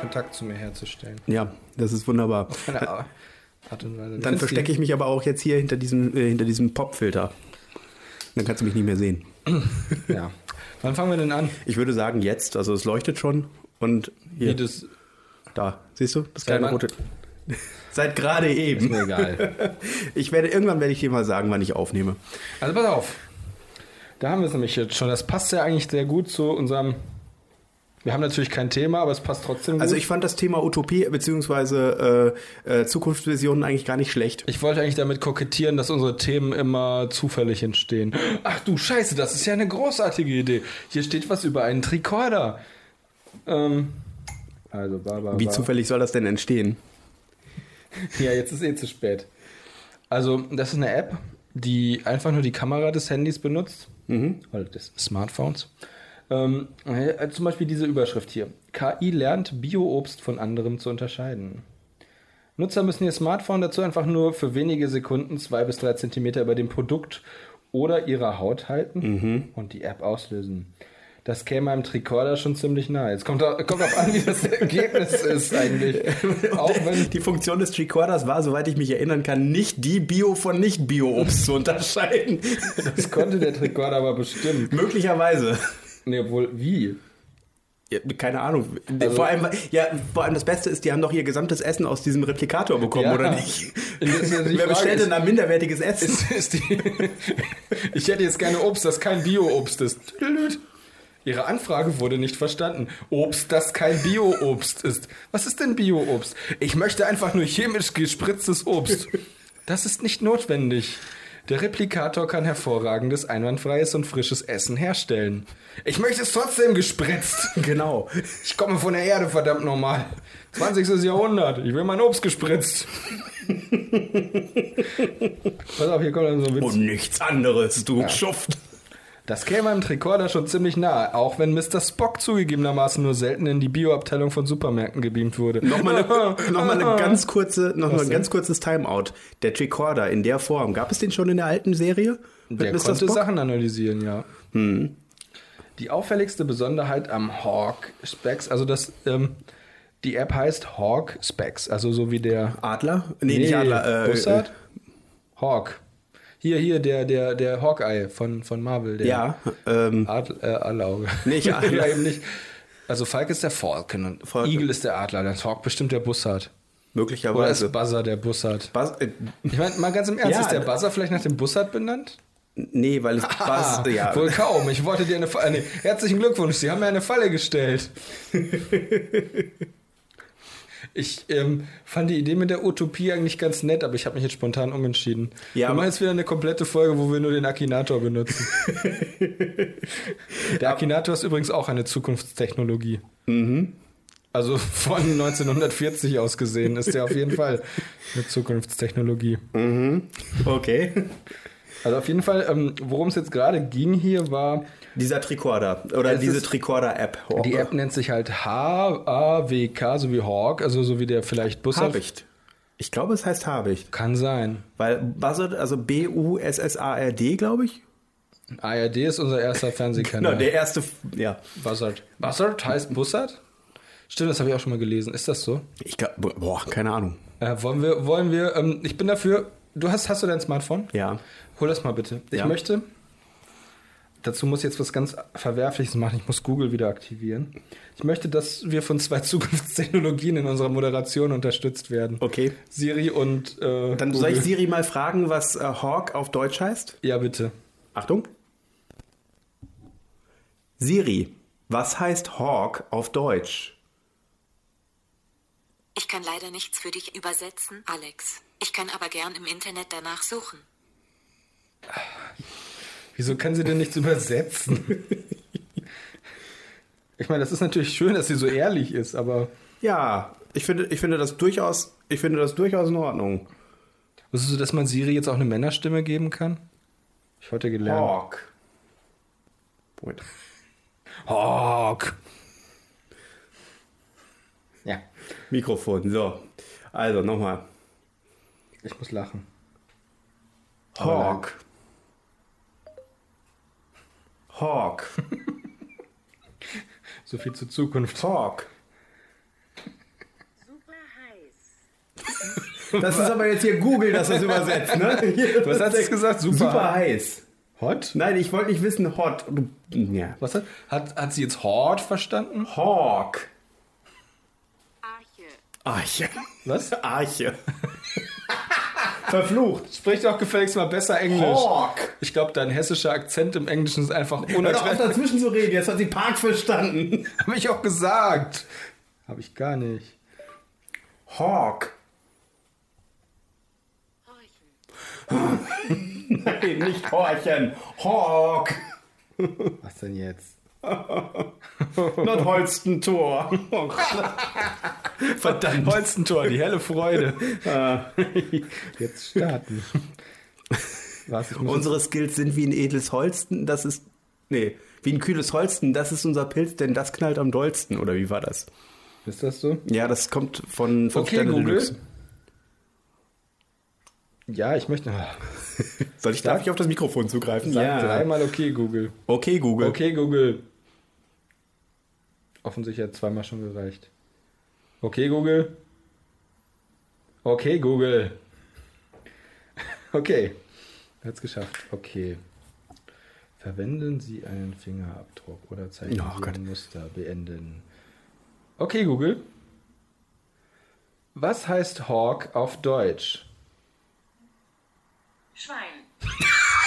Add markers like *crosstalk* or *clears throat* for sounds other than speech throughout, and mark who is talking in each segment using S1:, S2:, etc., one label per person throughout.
S1: Kontakt zu mir herzustellen.
S2: Ja, das ist wunderbar.
S1: Auf eine Art und Weise.
S2: Äh, Dann verstecke ich mich aber auch jetzt hier hinter diesem, äh, hinter diesem Popfilter. Dann kannst du mich nicht mehr sehen. ja.
S1: Wann fangen wir denn an?
S2: Ich würde sagen jetzt, also es leuchtet schon und hier,
S1: Wie das,
S2: da, siehst du, das
S1: Seit
S2: kleine
S1: wann?
S2: rote. *laughs* Seit gerade
S1: ist
S2: eben.
S1: mir
S2: *laughs*
S1: egal.
S2: Ich werde irgendwann werde ich dir mal sagen, wann ich aufnehme.
S1: Also pass auf. Da haben wir es nämlich jetzt schon. Das passt ja eigentlich sehr gut zu unserem. Wir haben natürlich kein Thema, aber es passt trotzdem gut.
S2: Also ich fand das Thema Utopie bzw. Äh, äh, Zukunftsvisionen eigentlich gar nicht schlecht.
S1: Ich wollte eigentlich damit kokettieren, dass unsere Themen immer zufällig entstehen. Ach du Scheiße, das ist ja eine großartige Idee. Hier steht was über einen Tricorder. Ähm, also, Baba.
S2: Wie zufällig soll das denn entstehen?
S1: Ja, jetzt ist eh zu spät. Also, das ist eine App, die einfach nur die Kamera des Handys benutzt. Oder des Smartphones. Ähm, äh, zum Beispiel diese Überschrift hier. KI lernt Bio-Obst von anderem zu unterscheiden. Nutzer müssen ihr Smartphone dazu einfach nur für wenige Sekunden, zwei bis drei Zentimeter über dem Produkt oder ihrer Haut halten und die App auslösen. Das käme einem Tricorder schon ziemlich nahe. Jetzt kommt, auch- kommt auch an, wie das *laughs* Ergebnis ist eigentlich. Auch wenn
S2: Die Funktion des Tricorders war, soweit ich mich erinnern kann, nicht die Bio von Nicht-Bio-Obst zu unterscheiden.
S1: Das konnte der Tricorder aber bestimmen.
S2: Möglicherweise.
S1: Nee, obwohl, wie?
S2: Ja, keine Ahnung.
S1: Also
S2: vor, allem, ja, vor allem das Beste ist, die haben doch ihr gesamtes Essen aus diesem Replikator bekommen,
S1: Ja.
S2: oder nicht?
S1: *laughs* Das ist ja die
S2: Wer
S1: Frage,
S2: bestellt
S1: ist-
S2: denn ein minderwertiges Essen?
S1: Ist, ist die ich hätte jetzt gerne Obst, das kein Bio-Obst ist. Tüdelüt. Ihre Anfrage wurde nicht verstanden. Obst, das kein Bio-Obst ist. Was ist denn Bio-Obst? Ich möchte einfach nur chemisch gespritztes Obst. Das ist nicht notwendig. Der Replikator kann hervorragendes, einwandfreies und frisches Essen herstellen. Ich möchte es trotzdem gespritzt.
S2: genau.
S1: Ich komme von der Erde, verdammt nochmal. 20. Jahrhundert. Ich will mein Obst
S2: *laughs*
S1: gespritzt. Pass auf, hier kommt dann so ein Witz.
S2: Und nichts anderes, du Schuft.
S1: Das käme einem Tricorder schon ziemlich nahe, auch wenn Mr. Spock zugegebenermaßen nur selten in die Bioabteilung von Supermärkten gebeamt wurde.
S2: Nochmal
S1: *laughs*
S2: eine, noch mal eine ganz kurze, noch mal ein
S1: Ah. denn?
S2: ganz kurzes Timeout. Der Tricorder in der Form, gab es den schon in der alten Serie? Mit
S1: Der
S2: Mr.
S1: konnte
S2: Spock? Hm.
S1: Sachen analysieren, ja. Die auffälligste Besonderheit am Hawk Specs, also das, ähm, die App heißt Hawk Specs, also so wie der
S2: Adler? Nee, nicht Adler. Äh,
S1: Bussard? Hawk. Hier, hier, der, der, der Hawkeye von, von Marvel. Der
S2: äh, Ja, ähm,
S1: Adl, äh, Adlerauge.
S2: *laughs* Nicht Adler.
S1: ja, eben nicht. Also Falk ist der Falcon und
S2: Falcon.
S1: Igel ist der Adler. Dann ist Hawk bestimmt der Bussard. Oder
S2: möglicherweise.
S1: ist Buzzer der Bussard?
S2: Buzz, äh,
S1: Ich meine, mal ganz im Ernst,
S2: Ja.
S1: ist der Buzzer vielleicht nach dem Bussard benannt?
S2: nee,
S1: *laughs*
S2: weil es Buzz, ja.
S1: Ah, Wohl kaum. Ich wollte dir eine Falle. Nee, herzlichen Glückwunsch, Sie haben mir eine Falle
S2: *laughs*
S1: gestellt. Ich ähm, fand die Idee mit der Utopie eigentlich ganz nett, aber ich habe mich jetzt spontan umentschieden.
S2: Ja,
S1: wir
S2: aber-
S1: machen jetzt wieder eine komplette Folge, wo wir nur den Akinator
S2: *laughs*
S1: benutzen. der Akinator ist übrigens auch eine Zukunftstechnologie.
S2: Mhm.
S1: Also von 1940 aus gesehen ist der auf jeden Fall eine Zukunftstechnologie.
S2: Mhm. Okay.
S1: Also auf jeden Fall, ähm, worum es jetzt gerade ging hier war,
S2: Dieser Tricorder oder
S1: Es
S2: diese
S1: ist-
S2: Tricorder-App. Oh.
S1: Die App nennt sich halt H-A-W-K, so wie Hawk, also so wie der vielleicht Bussard.
S2: Habicht. Ich glaube, es heißt Habicht.
S1: Kann sein.
S2: Weil Buzzard, also B-U-S-S-A-R-D, glaube ich.
S1: ARD ist unser
S2: *laughs*
S1: erster
S2: Genau,
S1: Fernsehkanal.
S2: der erste, ja.
S1: Bussard. Bussard heißt Bussard? Stimmt, das habe ich auch schon mal gelesen. Ist das so?
S2: Ich glaube, boah, keine Ahnung.
S1: Äh, wollen wir, wollen wir, ähm, ich bin dafür, du hast, hast du dein Smartphone?
S2: Ja.
S1: Hol das mal bitte. Ich
S2: Ja.
S1: möchte, dazu muss ich jetzt was ganz Verwerfliches machen. Ich muss Google wieder aktivieren. Ich möchte, dass wir von zwei *laughs* Zukunftstechnologien in unserer Moderation unterstützt werden.
S2: Okay.
S1: Siri und äh,
S2: Dann soll ich Siri mal fragen, was äh, Hawk auf Deutsch heißt?
S1: Ja, bitte.
S2: Achtung. Siri, was heißt Hawk auf Deutsch?
S3: Ich kann leider nichts für dich übersetzen, Alex. Ich kann aber gern im Internet danach suchen.
S1: Wieso kann sie denn nichts übersetzen? Ich meine, das ist natürlich schön, dass sie so ehrlich ist, aber
S2: Ja, ich finde, ich finde das durchaus, ich finde das durchaus in Ordnung.
S1: wusstest du, dass man Siri jetzt auch eine Männerstimme geben kann? Ich heute gelernt.
S2: Hawk. Moment.
S1: Hawk. Ja,
S2: Mikrofon, so. Also nochmal.
S1: ich muss lachen.
S2: Hawk. Hawk.
S1: So viel zur Zukunft.
S2: Hawk. Das ist aber jetzt hier Google, dass das übersetzt, ne?
S1: *laughs*
S2: Hier,
S1: Was hat
S2: das-
S1: es gesagt? Super.
S2: Super heiß.
S1: Hot?
S2: Nein, ich wollte nicht wissen, hot. Ja.
S1: Was hat, hat, hat sie jetzt Hot verstanden?
S2: Hawk.
S3: Arche.
S2: Arche.
S1: Was?
S2: Arche. Verflucht.
S1: Sprich doch gefälligst mal besser Englisch.
S2: Hawk.
S1: Ich glaube, dein hessischer Akzent im Englischen ist einfach
S2: Hör doch
S1: *laughs*
S2: auf
S1: unerträglich.
S2: dazwischen zu reden, jetzt hat sie Park verstanden.
S1: Habe ich auch gesagt. Habe ich gar nicht.
S2: Hawk.
S3: Horchen.
S2: *laughs* Nein, nicht Horchen. Hawk.
S1: Was denn jetzt?
S2: Not Oh Holstentor. Verdammt.
S1: Holzentor, die helle *laughs* Freude. Ah, jetzt starten. Was? Ich muss
S2: Unsere Skills sind wie ein edles Holsten, das ist. Nee, wie ein kühles Holsten, das ist unser Pilz, denn das knallt am dollsten, oder wie war das?
S1: ist das so?
S2: Ja, das kommt von, von
S1: Okay,
S2: Sterne
S1: Google.
S2: Deluxe.
S1: Ja, ich möchte.
S2: Soll ich, darf ich auf das Mikrofon zugreifen?
S1: Sag dreimal okay, Google.
S2: Okay, Google.
S1: Okay, Google. Offensichtlich hat zweimal schon gereicht. Okay, Google. Okay, Google. *laughs* Okay. Hat's geschafft. Okay. Verwenden Sie einen Fingerabdruck oder zeichnen
S2: Oh
S1: Sie
S2: Gott.
S1: ein Muster. Beenden. Okay, Google. Was heißt Hawk auf Deutsch?
S3: Schwein.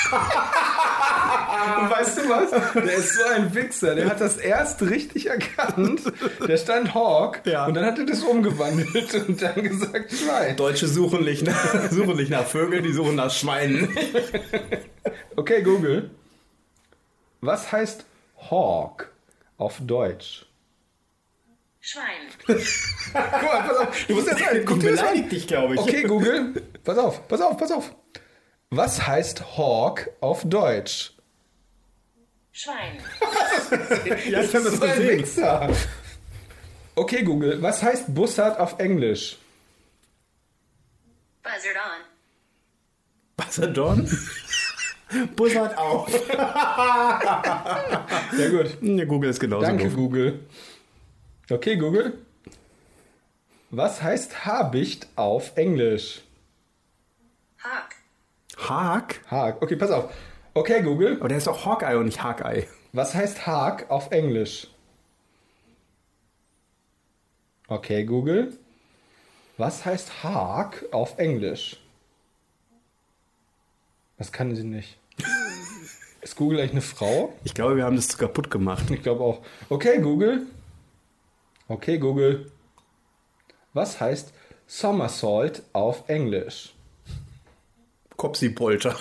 S1: Und weißt du was? Der ist so ein Wichser. Der hat das erst richtig erkannt. Der stand Hawk
S2: Ja.
S1: und dann hat er das umgewandelt und dann gesagt Schwein.
S2: Deutsche suchen nicht, nach, *laughs* suchen nicht nach Vögeln, die suchen nach Schweinen.
S1: Okay, Google. Was heißt Hawk auf Deutsch?
S3: Schwein.
S1: Guck mal, pass auf. Du musst jetzt ein. Guck dir das an.
S2: dich, glaube ich.
S1: Okay, Google. Pass auf, pass auf, pass auf. Was heißt Hawk auf Deutsch?
S3: Schwein.
S2: ja, ich habe das
S1: So ein
S2: gesehen.
S1: Wichser. Okay, Google. Was heißt Bussard auf Englisch?
S3: Buzzard on.
S2: Wasserdown? Buzzard auf.
S1: Ja, gut.
S2: *laughs* Ja, Google ist genauso
S1: Danke,
S2: doof.
S1: Google. Okay, Google. Was heißt Habicht auf Englisch?
S3: Hawk.
S2: Hark?
S1: Haag. Okay, pass auf. Okay, Google.
S2: Aber der ist auch Hawkeye und nicht Hawkeye.
S1: Was heißt Haag auf Englisch? Okay, Google. Was heißt Haag auf Englisch? Das kann sie nicht. Ist Google eigentlich eine Frau?
S2: Ich glaube, wir haben das kaputt gemacht.
S1: Ich glaube auch. Okay, Google. Okay, Google. Was heißt Somersault auf Englisch?
S2: Kopsi-Polter.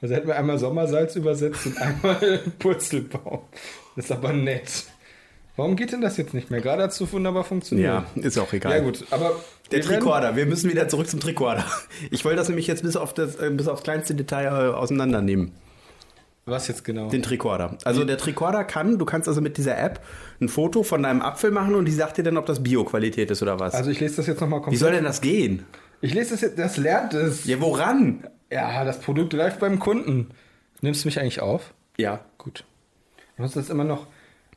S1: Also hätten wir einmal Sommersalz übersetzt und einmal *laughs* Purzelbaum. Das ist aber nett. Warum geht denn das jetzt nicht mehr? Gerade hat es so wunderbar funktioniert.
S2: Ja, ist auch egal.
S1: Ja, gut, aber.
S2: Der
S1: wir werden-
S2: Tricorder, wir müssen wieder zurück zum Tricorder. Ich wollte das nämlich jetzt bis auf das äh, bis aufs kleinste Detail äh, auseinandernehmen.
S1: Was jetzt genau?
S2: Den Tricorder. Also der Tricorder kann, du kannst also mit dieser App ein Foto von deinem Apfel machen und die sagt dir dann, ob das Bio-Qualität ist oder was.
S1: also ich lese das jetzt nochmal
S2: Wie
S1: komplett.
S2: soll denn das gehen?
S1: Ich lese das jetzt, das lernt es.
S2: Ja, woran?
S1: Ja, das Produkt live beim Kunden. Nimmst du mich eigentlich auf?
S2: Ja.
S1: Gut. Ich muss das immer noch.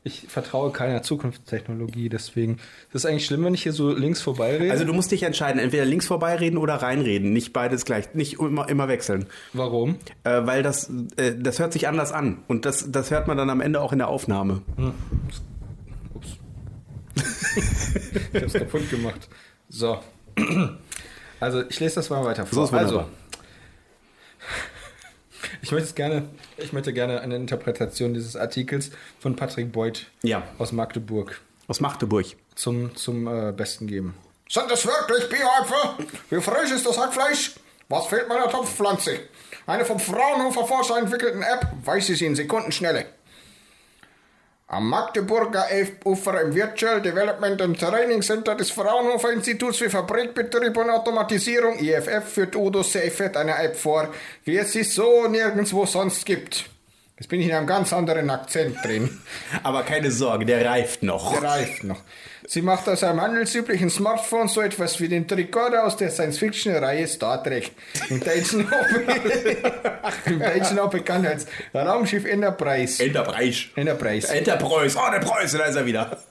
S1: Ich vertraue keiner Zukunftstechnologie, deswegen. Das ist eigentlich schlimm, wenn ich hier so links vorbeirede.
S2: Also du musst dich entscheiden, entweder links vorbeireden oder reinreden. Nicht beides gleich, nicht immer, immer wechseln.
S1: Warum?
S2: Äh, weil das, äh, das hört sich anders an. Und das, das hört man dann am Ende auch in der Aufnahme.
S1: Ups. *laughs* ich hab's kaputt gemacht. So. *clears throat* Also, ich lese das mal weiter vor.
S2: So ist
S1: also,
S2: wunderbar.
S1: *laughs* ich möchte es gerne, ich möchte gerne eine Interpretation dieses Artikels von Patrick Beuth
S2: Ja.
S1: aus Magdeburg
S2: Aus Magdeburg.
S1: zum, zum äh, Besten geben. Sind das wirklich Bioäpfel? Wie frisch ist das Hackfleisch? Was fehlt meiner Topfpflanze? Eine vom Fraunhofer Forscher entwickelten App weiß ich in Sekundenschnelle.
S4: Am Magdeburger Elbufer im Virtual Development and Training Center des Fraunhofer Instituts für Fabrikbetrieb und Automatisierung IFF führt Udo Seifert eine App vor, wie es sie so nirgendwo sonst gibt. Jetzt bin ich in einem ganz anderen Akzent
S1: *laughs*
S4: drin.
S2: Aber keine Sorge, der reift noch.
S4: Der reift noch. Sie macht aus einem handelsüblichen Smartphone so etwas wie den Tricorder aus der Science-Fiction-Reihe Star Trek. Im
S1: *laughs*
S4: Deutschen, auch, *laughs* Im Deutschen auch bekannt als Raumschiff Enterprise.
S2: Enterprise.
S1: Enterprise.
S2: Enterprise. Oh, der Preuß, da ist er wieder.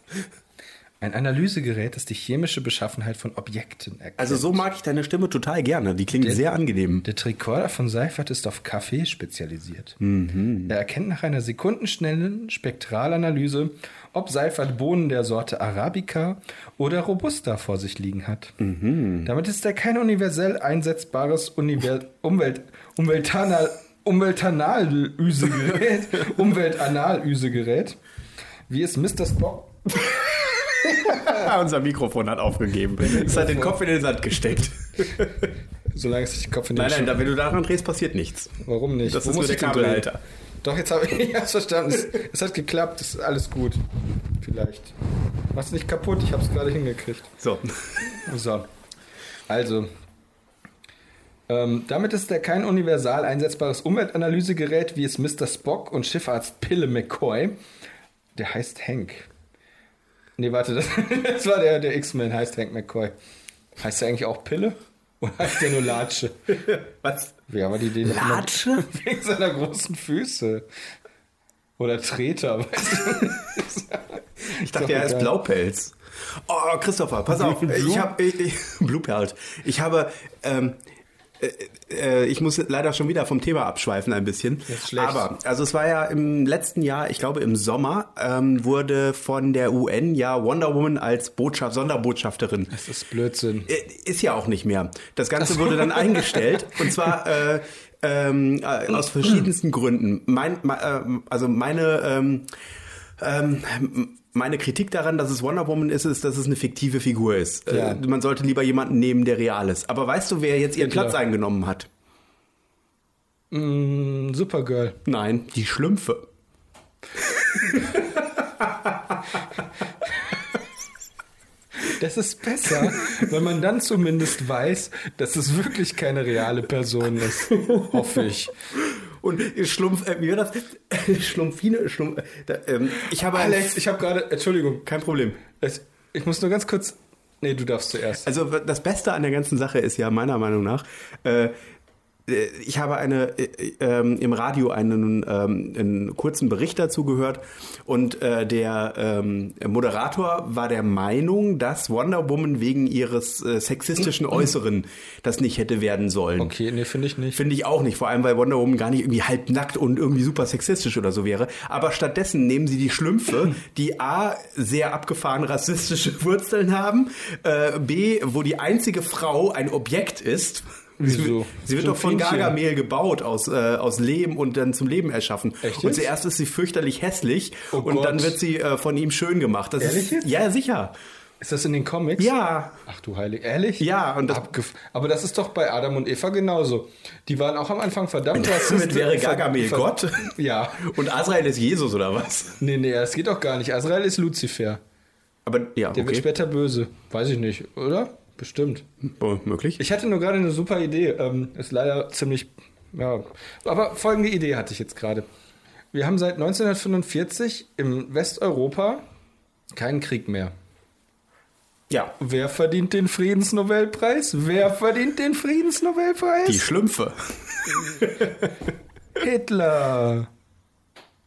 S1: Ein Analysegerät, das die chemische Beschaffenheit von Objekten erkennt.
S2: Also so mag ich deine Stimme total gerne. Die klingt sehr angenehm.
S1: Der Tricorder von Seifert ist auf Kaffee spezialisiert.
S2: Mhm.
S1: Er erkennt nach einer sekundenschnellen Spektralanalyse, ob Seifert Bohnen der Sorte Arabica oder Robusta vor sich liegen hat.
S2: Mhm.
S1: Damit ist er kein universell einsetzbares Univer Umwelt Umweltana
S2: *laughs*
S1: Umweltanalysegerät, Umweltanalysegerät, wie es Mr. Spock
S2: Ah, unser Mikrofon hat aufgegeben. *laughs* Es hat den Kopf in den Sand gesteckt.
S1: Solange es nicht den Kopf in den
S2: Nein, nein,
S1: Schirm-
S2: da, wenn du daran drehst, passiert nichts.
S1: Warum nicht?
S2: Das
S1: Wo
S2: ist
S1: muss
S2: nur der
S1: ich denn
S2: Kabelhalter.
S1: drehen? Doch, jetzt habe ich *laughs* es verstanden. Es, es hat geklappt, es ist alles gut. Vielleicht. Mach's nicht kaputt, ich habe es gerade hingekriegt.
S2: So.
S1: So. Also. Ähm, damit ist er kein universal einsetzbares Umweltanalysegerät, wie es Mr. Spock und Schiffarzt Pille McCoy. Der heißt Hank. Nee, warte, das, *laughs* das war der, der X-Men, heißt Hank McCoy. Heißt er eigentlich auch Pille? Oder heißt der nur Latsche?
S2: Was?
S1: Wer war die Idee? dass man-
S2: Latsche?
S1: *laughs* Wegen seiner großen Füße. Oder Treter, *laughs* weißt du?
S2: Ich dachte, er ist Blaupelz. Oh, Christopher, pass auf. Ich habe ich, ich, *laughs* Blupelt. Ich habe ähm, äh, äh, ich muss leider schon wieder vom Thema abschweifen ein bisschen.
S1: ist schlecht.
S2: Aber also es war ja im letzten Jahr, ich glaube im Sommer, ähm, wurde von der UN ja Wonder Woman als Botschaft, Sonderbotschafterin
S1: Das ist Blödsinn.
S2: Äh, Ist ja auch nicht mehr. Das Ganze wurde dann eingestellt
S1: *laughs*
S2: und zwar äh, ähm, äh, aus verschiedensten Gründen. Mein, me- ähm, also meine ähm, ähm, m- meine Kritik daran, dass es Wonder Woman ist, ist, dass es eine fiktive Figur ist.
S1: Ja.
S2: Äh, man sollte lieber jemanden nehmen, der real ist. Aber weißt du, wer jetzt ihren
S1: klar.
S2: Platz eingenommen hat?
S1: Supergirl.
S2: Nein, die Schlümpfe.
S1: Das ist besser, wenn man dann zumindest weiß, dass es wirklich keine reale Person ist. Hoffe ich.
S2: Und Schlumpf, äh, wie war das? *laughs* Schlumpfine, Schlumpf. äh, Da, ähm, ich habe
S1: Alex, ich habe gerade. Entschuldigung.
S2: kein Problem.
S1: Es, ich muss nur ganz kurz. Nee, du darfst zuerst.
S2: Also das Beste an der ganzen Sache ist ja meiner Meinung nach, äh, äh, ich habe eine äh, ähm, im Radio einen, ähm, einen kurzen Bericht dazu gehört und äh, der ähm, Moderator war der Meinung, dass Wonder Woman wegen ihres äh, sexistischen Äußeren das nicht hätte werden sollen.
S1: Okay, nee, finde ich nicht.
S2: Finde ich auch nicht, vor allem weil Wonder Woman gar nicht irgendwie halbnackt und irgendwie super sexistisch oder so wäre. Aber stattdessen nehmen sie die Schlümpfe,
S1: *laughs*
S2: die A, sehr abgefahren rassistische Wurzeln haben, äh, B, wo die einzige Frau ein Objekt ist.
S1: Wieso?
S2: Sie, sie wird
S1: So
S2: doch von
S1: ein Fähnchen.
S2: Gargamel gebaut, aus, äh, aus Lehm und dann zum Leben erschaffen.
S1: Echt
S2: und
S1: jetzt?
S2: zuerst ist sie fürchterlich hässlich
S1: Oh
S2: und dann
S1: Gott.
S2: wird sie äh, von ihm schön gemacht. Das
S1: Ehrlich
S2: ist,
S1: jetzt?
S2: Ja, sicher.
S1: Ist das in den Comics?
S2: Ja.
S1: Ach du heilig, ehrlich?
S2: Ja, und das-
S1: Abgef aber das ist doch bei Adam und Eva genauso. Die waren auch am Anfang verdammt
S2: Damit wäre Gargamel
S1: Ver-
S2: Gott
S1: *laughs* Ja.
S2: und Azrael ist Jesus oder was?
S1: Nee, nee, das geht auch gar nicht. Azrael ist Luzifer.
S2: Aber ja,
S1: Der wird
S2: okay.
S1: später böse. Weiß ich nicht, oder? Bestimmt.
S2: Oh, möglich.
S1: Ich hatte nur gerade eine super Idee. Ähm, ist leider ziemlich. Ja. Aber folgende Idee hatte ich jetzt gerade. Wir haben seit 1945 im Westeuropa keinen Krieg mehr.
S2: Ja,
S1: Wer verdient den Friedensnobelpreis? Wer verdient den Friedensnobelpreis?
S2: die Schlümpfe.
S1: Hitler.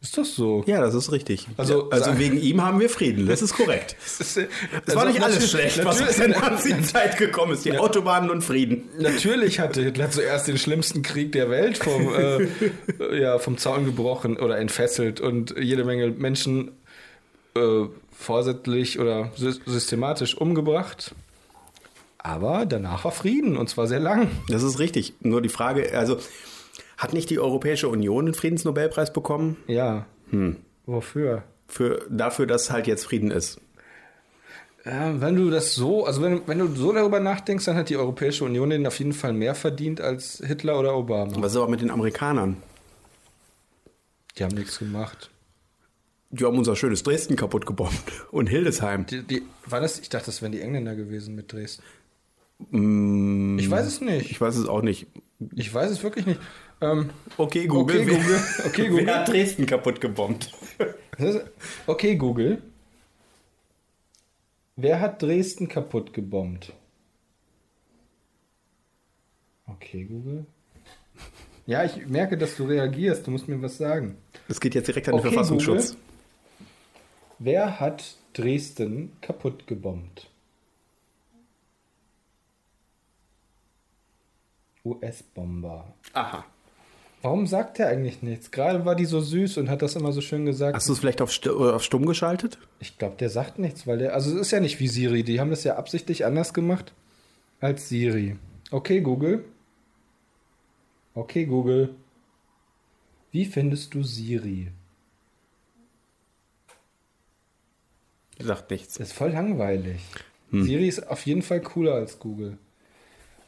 S1: Ist das so?
S2: Ja, das ist richtig.
S1: Also-
S2: Also, also
S1: sag-
S2: wegen ihm haben wir Frieden, das ist
S1: *laughs*
S2: korrekt.
S1: Es ist-
S2: Es war
S1: also
S2: nicht alles
S1: natürlich-
S2: schlecht, was
S1: Natürlich,
S2: aus der Nazi-Zeit gekommen ist. Die Autobahnen und Frieden.
S1: natürlich hatte Hitler zuerst den schlimmsten Krieg der Welt vom, äh, *laughs* ja, vom Zaun gebrochen oder entfesselt und jede Menge Menschen äh, vorsätzlich oder sy- systematisch umgebracht. Aber danach war Frieden und zwar sehr lang.
S2: Das ist richtig. Nur die Frage, also hat nicht die Europäische Union den Friedensnobelpreis bekommen?
S1: Ja. Wofür?
S2: Für, dafür, dass halt jetzt Frieden ist.
S1: Ja, wenn du das so, also wenn, wenn du so darüber nachdenkst, dann hat die Europäische Union den auf jeden Fall mehr verdient als Hitler oder Obama.
S2: Was ist aber mit den Amerikanern?
S1: Die haben nichts gemacht.
S2: Die haben unser schönes Dresden kaputt gebombt. Und Hildesheim.
S1: Die, die, war das, ich dachte, das wären die Engländer gewesen mit Dresden.
S2: Mm.
S1: Ich weiß es nicht.
S2: Ich weiß es auch nicht.
S1: Ich weiß es wirklich nicht. Ähm,
S2: Okay, Google.
S1: Okay,
S2: *laughs* wer-
S1: Google. Okay, Google.
S2: Wer hat Dresden kaputt gebombt?
S1: das ist- okay, Google. Wer hat Dresden kaputt gebombt? Okay, Google. Ja, ich merke, dass du reagierst. Du musst mir was sagen.
S2: Das geht jetzt direkt an den
S1: Okay,
S2: Verfassungsschutz.
S1: Google. Wer hat Dresden kaputt gebombt. US-Bomber.
S2: Aha.
S1: Warum sagt er eigentlich nichts? Gerade war die so süß und hat das immer so schön gesagt.
S2: Hast du es vielleicht auf, Stu- äh, auf stumm geschaltet?
S1: Ich glaube, der sagt nichts, weil der. Also, es ist ja nicht wie Siri. Die haben das ja absichtlich anders gemacht als Siri. Okay, Google. Okay, Google. Wie findest du Siri?
S2: Sagt nichts.
S1: Das ist voll langweilig.
S2: Hm.
S1: Siri ist auf jeden Fall cooler als Google.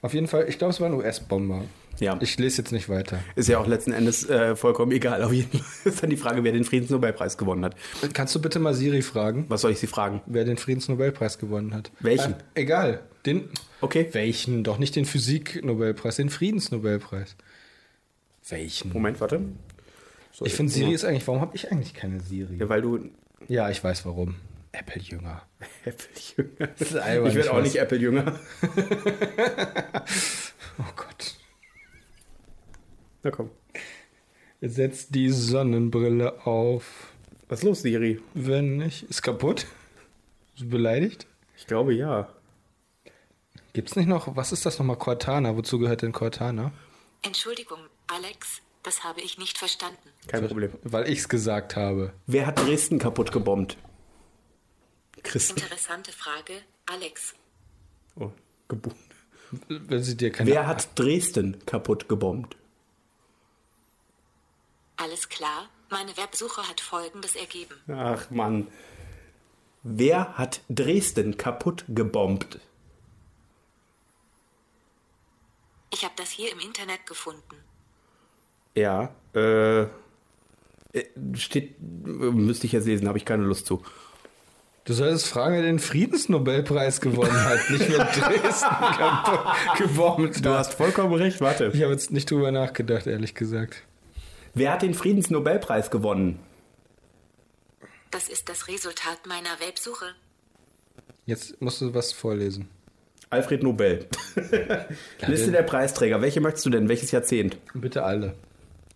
S1: Auf jeden Fall, ich glaube, es war ein US-Bomber.
S2: Ja.
S1: Ich lese jetzt nicht weiter.
S2: Ist ja auch letzten Endes äh, vollkommen egal. Auf jeden Fall ist dann die Frage, wer den Friedensnobelpreis gewonnen hat.
S1: Kannst du bitte mal Siri fragen,
S2: Was soll ich Sie fragen?
S1: wer den Friedensnobelpreis gewonnen hat?
S2: Welchen?
S1: Äh, egal. Den.
S2: Okay.
S1: Welchen? Doch nicht den Physik-Nobelpreis, den Friedensnobelpreis. Welchen?
S2: Moment, warte. Um So,
S1: Ich finde, Siri ist eigentlich. Warum habe ich eigentlich keine Siri?
S2: Ja, weil du
S1: Ja, ich weiß warum. Apple-Jünger.
S2: Apple-Jünger
S1: ist albern,
S2: Ich werde
S1: ich
S2: auch
S1: weiß.
S2: nicht Apple-Jünger.
S1: Oh Gott.
S2: Na komm.
S1: Setz die Sonnenbrille auf.
S2: Was ist los, Siri?
S1: Wenn nicht. Ist kaputt? Ist beleidigt?
S2: Ich glaube ja.
S1: Gibt's nicht noch. Was ist das nochmal? Cortana. Wozu gehört denn Cortana?
S3: Entschuldigung, Alex, das habe ich nicht verstanden.
S2: Kein Problem.
S1: Weil ich's gesagt habe.
S2: Wer hat Dresden kaputt gebombt? Christen.
S3: Interessante Frage, Alex.
S2: Oh, gebucht.
S1: Wenn sie dir keine.
S2: Wer hat Dresden kaputt gebombt?
S3: Alles klar, meine Websuche hat Folgendes ergeben.
S2: Ach Mann. Wer hat Dresden kaputt gebombt?
S3: Ich habe das hier im Internet gefunden.
S2: Ja, äh, äh, steht, müsste ich jetzt lesen, habe ich keine Lust zu.
S1: Du solltest fragen, wer den Friedensnobelpreis gewonnen hat. Nicht
S2: *laughs*
S1: nur Dresden kaputt gebombt.
S2: Du hast vollkommen recht, warte.
S1: Ich habe jetzt nicht drüber nachgedacht, ehrlich gesagt.
S2: Wer hat den Friedensnobelpreis gewonnen?
S3: Das ist das Resultat meiner Websuche.
S1: Jetzt musst du was vorlesen.
S2: Alfred *laughs* Nobel. Liste
S1: den-
S2: der Preisträger. Welche möchtest du denn? Welches Jahrzehnt?
S1: Bitte alle.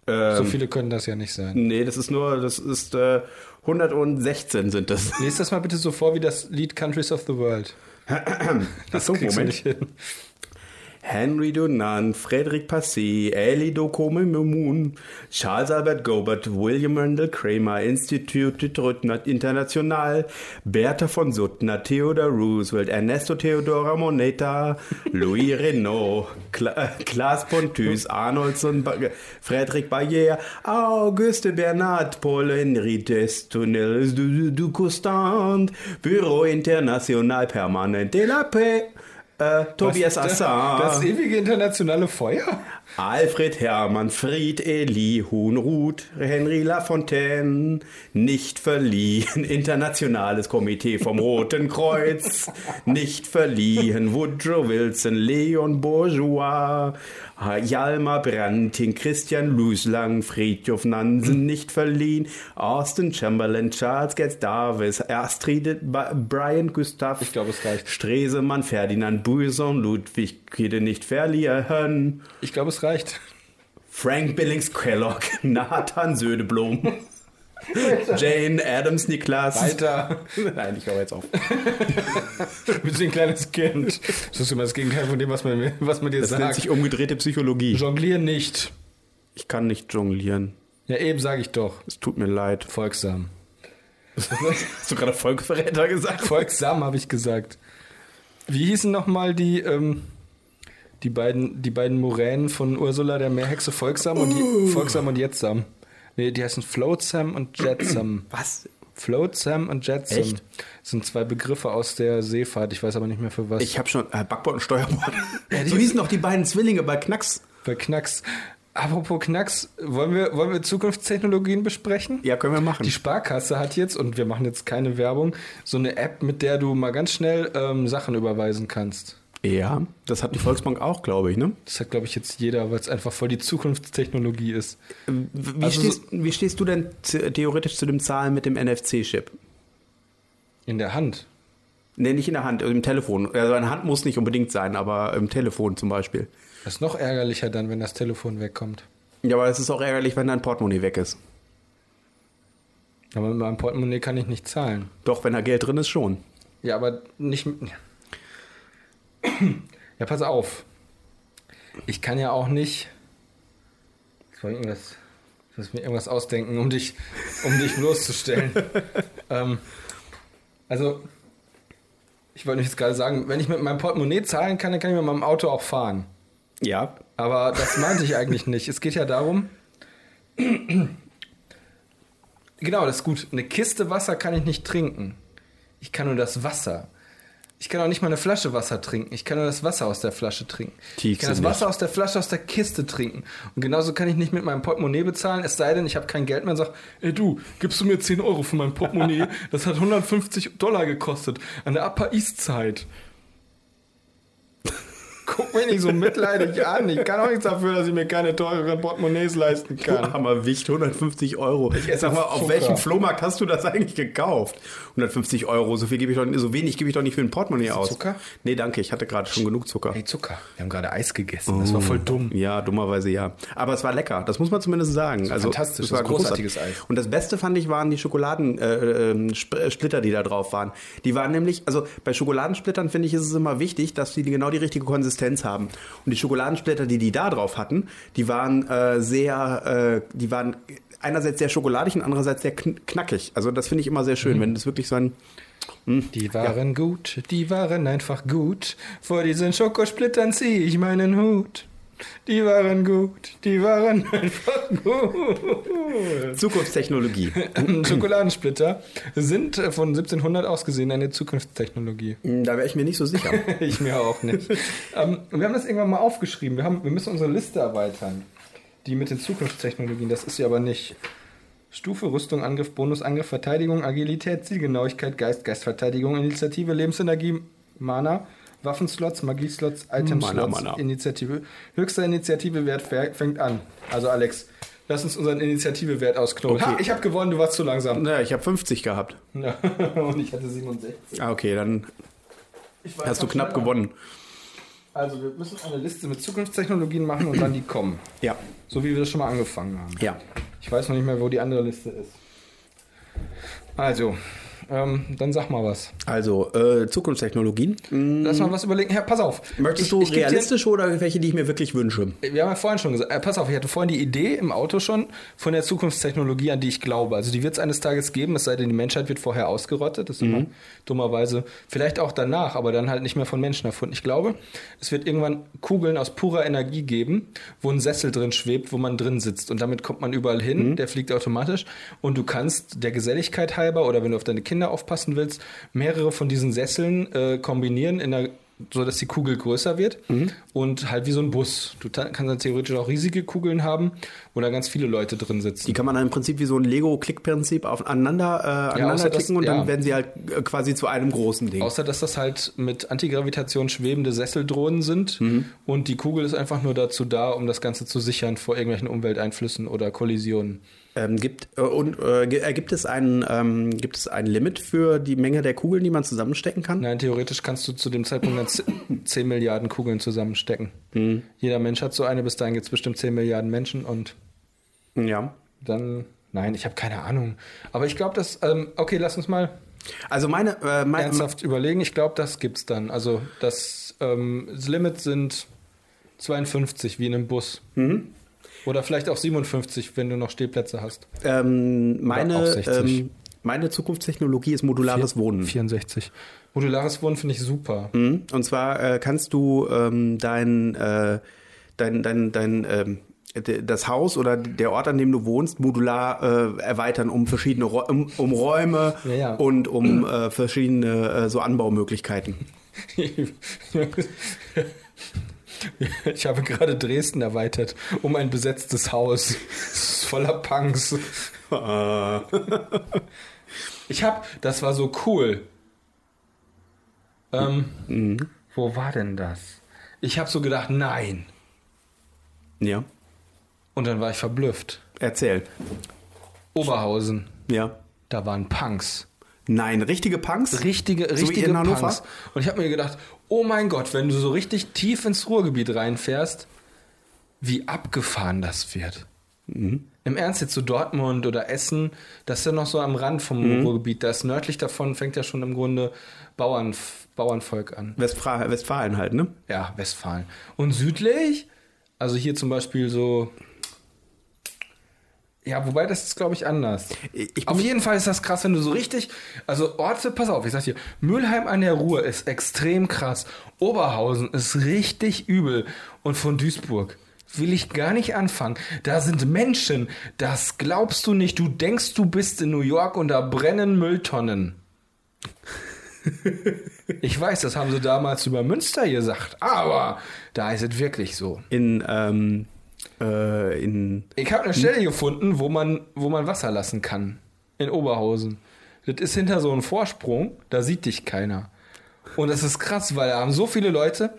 S2: Ähm,
S1: So viele können das ja nicht sein.
S2: Nee, das ist nur, das ist äh, 116 sind das.
S1: Lies das mal bitte so vor wie das Lied Countries of the
S2: *clears throat*
S1: World.
S2: Das
S1: kriegst du nicht hin.
S2: Henry Dunant, Frederick Passy, Eli Dokome Mumun, Charles Albert Gobert, William Randall Kramer, Institute Trödner International, Bertha von Suttner, Theodore Roosevelt, Ernesto Theodora Moneta, Louis Renault, Kla Klaas Pontus, Arnoldson, ba Frederick Barrière, Auguste Bernard, Paul Henri Destournelles du, du, du Constant, Bureau International Permanent de la Paix, äh, Tobias
S1: Das-
S2: Assar.
S1: Das ewige internationale Feuer?
S2: Alfred Hermann, Fried Eli, Huhnruth, Henry Lafontaine, nicht verliehen, *laughs* Internationales Komitee vom Roten Kreuz, nicht verliehen, Woodrow Wilson, Leon Bourgeois, Äh, Hjalmar Branting, Christian Luslang, Friedhof Nansen, nicht verliehen, Austin Chamberlain, Charles Getz Davis, Astrid Ba- Brian Gustav,
S1: Ich glaube, es reicht.
S2: Stresemann, Ferdinand Buisson, Ludwig Kede, nicht verliehen.
S1: Ich glaube, es reicht.
S2: Frank Billings Kellogg, *laughs* Nathan Södeblom, *laughs* Jane Adams Niklas.
S1: Alter,
S2: *laughs* Nein, ich höre jetzt auf.
S1: bist du ein kleines
S2: *laughs*
S1: Kind? Das ist immer das Gegenteil von dem, was man, mir- was man dir
S2: Das nennt
S1: sagt.
S2: sich umgedrehte Psychologie.
S1: Jonglieren nicht.
S2: Ich kann nicht jonglieren.
S1: Ja, eben sage ich doch.
S2: Es tut mir *laughs* leid.
S1: Folgsam.
S2: Hast du gerade Volksverräter gesagt?
S1: Folgsam habe ich gesagt. Wie hießen nochmal die, ähm, die, beiden, die beiden Moränen von Ursula der Meerhexe Folgsam und,
S2: Uh.
S1: Je- Folgsam und Jetsam? Nee, die heißen Floatsam und Jetsam.
S2: Was?
S1: Floatsam und Jetsam.
S2: Echt?
S1: Das sind zwei Begriffe aus der Seefahrt. Ich weiß aber nicht mehr für was.
S2: Ich habe schon äh, Backbord und Steuerbord. so hießen noch die beiden Zwillinge bei Knacks.
S1: Bei Knacks. Apropos Knacks, wollen wir, wollen wir Zukunftstechnologien besprechen?
S2: Ja, können wir machen.
S1: Die Sparkasse hat jetzt, und wir machen jetzt keine Werbung, so eine App, mit der du mal ganz schnell ähm, Sachen überweisen kannst.
S2: ja, das hat die Volksbank auch, glaube ich. Ne?
S1: Das hat, glaube ich, jetzt jeder, weil es einfach voll die Zukunftstechnologie ist.
S2: Wie,
S1: Also so-
S2: stehst, wie stehst du denn zu- theoretisch zu dem Zahlen mit dem NFC-Chip?
S1: In der Hand.
S2: Nee, nicht in der Hand, im Telefon. Also eine Hand muss nicht unbedingt sein, aber im Telefon zum Beispiel.
S1: Das ist noch ärgerlicher dann, wenn das Telefon wegkommt.
S2: Ja, aber es ist auch ärgerlich, wenn dein Portemonnaie weg ist.
S1: Aber mit meinem Portemonnaie kann ich nicht zahlen.
S2: Doch, wenn da Geld drin ist, schon.
S1: Ja, aber nicht mit. Ja, pass auf. Ich kann ja auch nicht. Ich wollte irgendwas. Ich muss mir irgendwas ausdenken, um dich, um dich bloßzustellen. ähm, also, ich wollte jetzt gerade sagen, wenn ich mit meinem Portemonnaie zahlen kann, dann kann ich mit meinem Auto auch fahren.
S2: Ja.
S1: Aber das meinte ich eigentlich nicht. Es geht ja darum. genau, das ist gut. Eine Kiste Wasser kann ich nicht trinken. Ich kann nur das Wasser. Ich kann auch nicht mal eine Flasche Wasser trinken. Ich kann nur das Wasser aus der Flasche trinken. ich
S2: Tiefsinnig.
S1: kann das Wasser aus der Flasche aus der Kiste trinken. Und genauso kann ich nicht mit meinem Portemonnaie bezahlen, es sei denn, ich habe kein Geld mehr und sage, ey du, gibst du mir 10 Euro für mein Portemonnaie? Das hat 150 Dollar gekostet. An der Upper East Side. Guck mich nicht so mitleidig an. Ich kann auch nichts dafür, dass ich mir keine teureren Portemonnaies leisten kann.
S2: Hammer Wicht, 150 Euro. Ich sag mal, auf
S1: Zucker.
S2: welchem Flohmarkt hast du das eigentlich gekauft? 150 Euro, so viel gebe ich doch, so wenig gebe ich doch nicht für ein Portemonnaie aus.
S1: Zucker?
S2: Nee, danke, ich hatte gerade schon genug Zucker.
S1: Hey, Zucker. Wir haben gerade Eis gegessen. Das war voll dumm.
S2: Ja, dummerweise ja. Aber es war lecker, das muss man zumindest sagen. Also,
S1: fantastisch,
S2: es war
S1: das ist großartiges
S2: großartig.
S1: Eis.
S2: Und das Beste fand ich waren die Schokoladensplitter, äh, ähm, Sp- äh, Splitter, die da drauf waren. Die waren nämlich, also bei Schokoladensplittern finde ich, ist es immer wichtig, dass die genau die richtige Konsistenz haben. Und die Schokoladensplitter, die die da drauf hatten, die waren äh, sehr, äh, die waren einerseits sehr schokoladig und andererseits sehr kn knackig. Also das finde ich immer sehr schön, wenn das wirklich so ein
S1: Die waren gut. Die waren einfach gut. Vor diesen Schokosplittern ziehe ich meinen Hut. Die waren gut. Die waren *laughs* einfach gut.
S2: Zukunftstechnologie.
S1: *clears throat* Schokoladensplitter sind äh, von 1700 aus gesehen eine Zukunftstechnologie.
S2: *laughs* da wäre ich mir nicht so *laughs* sicher.
S1: *laughs* Ich mir auch nicht. ähm, wir haben das irgendwann mal aufgeschrieben. Wir, haben, wir müssen unsere Liste erweitern. Die mit den Zukunftstechnologien, das ist sie aber nicht. Stufe, Rüstung, Angriff, Bonus, Angriff, Verteidigung, Agilität, Zielgenauigkeit, Geist, Geistverteidigung, Initiative, Lebensenergie, Mana, Waffenslots, Magieslots,
S2: Mana,
S1: Itemslots,
S2: Mana.
S1: Initiative. Höchster Initiativewert fäng- fängt an. Also Alex, lass uns unseren Initiativewert ausknobeln.
S2: Okay.
S1: Ha, ich habe gewonnen, du warst zu
S2: *laughs*
S1: langsam.
S2: naja, ich habe 50 gehabt.
S1: Und ich hatte 67.
S2: Ah, okay, dann
S1: Ich war
S2: hast du
S1: einfach
S2: knapp
S1: schneller.
S2: gewonnen.
S1: Also wir müssen eine Liste mit Zukunftstechnologien machen und dann die kommen.
S2: Ja.
S1: So wie wir das schon mal angefangen haben.
S2: Ja.
S1: Ich weiß noch nicht mehr, wo die andere Liste ist. Also, ähm, dann sag mal was.
S2: Also, äh, Zukunftstechnologien.
S1: Lass mal was überlegen. Herr, pass auf.
S2: Möchtest
S1: Ich-
S2: du
S1: Mhm. ich geb dir-
S2: realistische oder welche, die ich mir wirklich wünsche?
S1: Wir haben ja vorhin schon gesagt, äh, pass auf, ich hatte vorhin die Idee im Auto schon von der Zukunftstechnologie, an die ich glaube. Also die wird es eines Tages geben, es sei denn, die Menschheit wird vorher ausgerottet. Das ist immer dummerweise, vielleicht auch danach, aber dann halt nicht mehr von Menschen erfunden. Ich glaube, es wird irgendwann Kugeln aus purer Energie geben, wo ein Sessel drin schwebt, wo man drin sitzt. Und damit kommt man überall hin, der fliegt automatisch. Und du kannst der Geselligkeit halber oder wenn du auf deine Kinder aufpassen willst, mehrere von diesen Sesseln äh, kombinieren in einer so dass die Kugel größer wird und halt wie so ein Bus. Du ta- kannst dann theoretisch auch riesige Kugeln haben, wo da ganz viele Leute drin sitzen.
S2: Die kann man dann im Prinzip wie so ein Lego-Klick-Prinzip aufeinander äh, aneinander
S1: außer das-
S2: klicken und
S1: ja.
S2: dann werden sie halt äh, quasi zu einem großen Ding.
S1: Außer dass das halt mit Antigravitation schwebende Sesseldrohnen sind und die Kugel ist einfach nur dazu da, um das Ganze zu sichern vor irgendwelchen Umwelteinflüssen oder Kollisionen.
S2: Ähm, gibt, äh, und, äh, ge- äh, gibt, es ein, ähm, gibt es ein Limit für die Menge der Kugeln, die man zusammenstecken kann?
S1: Nein, theoretisch kannst du zu dem Zeitpunkt dann ze- 10 Milliarden Kugeln zusammenstecken. Jeder Mensch hat so eine, bis dahin gibt es bestimmt 10 Milliarden Menschen und
S2: Ja.
S1: dann. Nein, ich habe keine Ahnung. Aber ich glaube, dass. Ähm, okay, lass uns mal
S2: Also meine, äh, mein,
S1: ernsthaft überlegen. Ich glaube, das gibt's dann. Also das, ähm, das Limit sind 52, wie in einem Bus.
S2: Mhm.
S1: Oder vielleicht auch 57, wenn du noch Stehplätze hast.
S2: ähm,
S1: auf
S2: meine,
S1: 60.
S2: ähm, meine Zukunftstechnologie ist modulares Wohnen.
S1: 64. Modulares Wohnen finde ich super.
S2: Mhm. Und zwar äh, kannst du ähm, dein, äh, dein, dein, dein ähm, d- das Haus oder der Ort, an dem du wohnst, modular äh, erweitern um verschiedene Rä um, um Räume
S1: Ja, ja.
S2: und um äh, verschiedene äh, so Anbaumöglichkeiten.
S1: *laughs*
S2: *laughs*
S1: Ich habe gerade Dresden erweitert um ein besetztes Haus *laughs* voller Punks. Ich habe, das war so cool. Ähm,
S2: Mhm.
S1: Wo war denn das? Ich habe so gedacht, nein.
S2: Ja,
S1: Und dann war ich verblüfft.
S2: erzähl.
S1: Oberhausen,
S2: Ja.
S1: da waren Punks.
S2: Nein, richtige Punks?
S1: Richtige,
S2: wie
S1: richtige
S2: in Hannover?
S1: Punks. Und ich habe mir gedacht, oh mein Gott, wenn du so richtig
S2: Mhm.
S1: tief ins Ruhrgebiet reinfährst, wie abgefahren das wird. Im Ernst jetzt so Dortmund oder Essen, das ist ja noch so am Rand vom
S2: Mhm.
S1: Ruhrgebiet. Das nördlich davon fängt ja schon im Grunde Bauern, Bauernvolk an.
S2: Westfalen, Westfalen halt, ne?
S1: Ja, Westfalen. Und südlich, also hier zum Beispiel so. Ja, wobei das ist, glaube ich, anders.
S2: Ich- ich
S1: auf
S2: bin-
S1: jeden Fall ist das krass, wenn du so richtig. Also Orte, pass auf, ich sag dir, Mülheim an der Ruhr ist extrem krass. Oberhausen ist richtig übel. Und von Duisburg will ich gar nicht anfangen. Da sind Menschen, das glaubst du nicht. Du denkst, du bist in New York und da brennen Mülltonnen. Ich weiß, das haben sie damals über Münster gesagt, aber da ist es wirklich so.
S2: In, ähm, äh, in,
S1: Ich habe eine Stelle gefunden, wo man, wo man Wasser lassen kann. In Oberhausen. Das ist hinter so einem Vorsprung, da sieht dich keiner. Und das ist krass, weil da haben so viele Leute.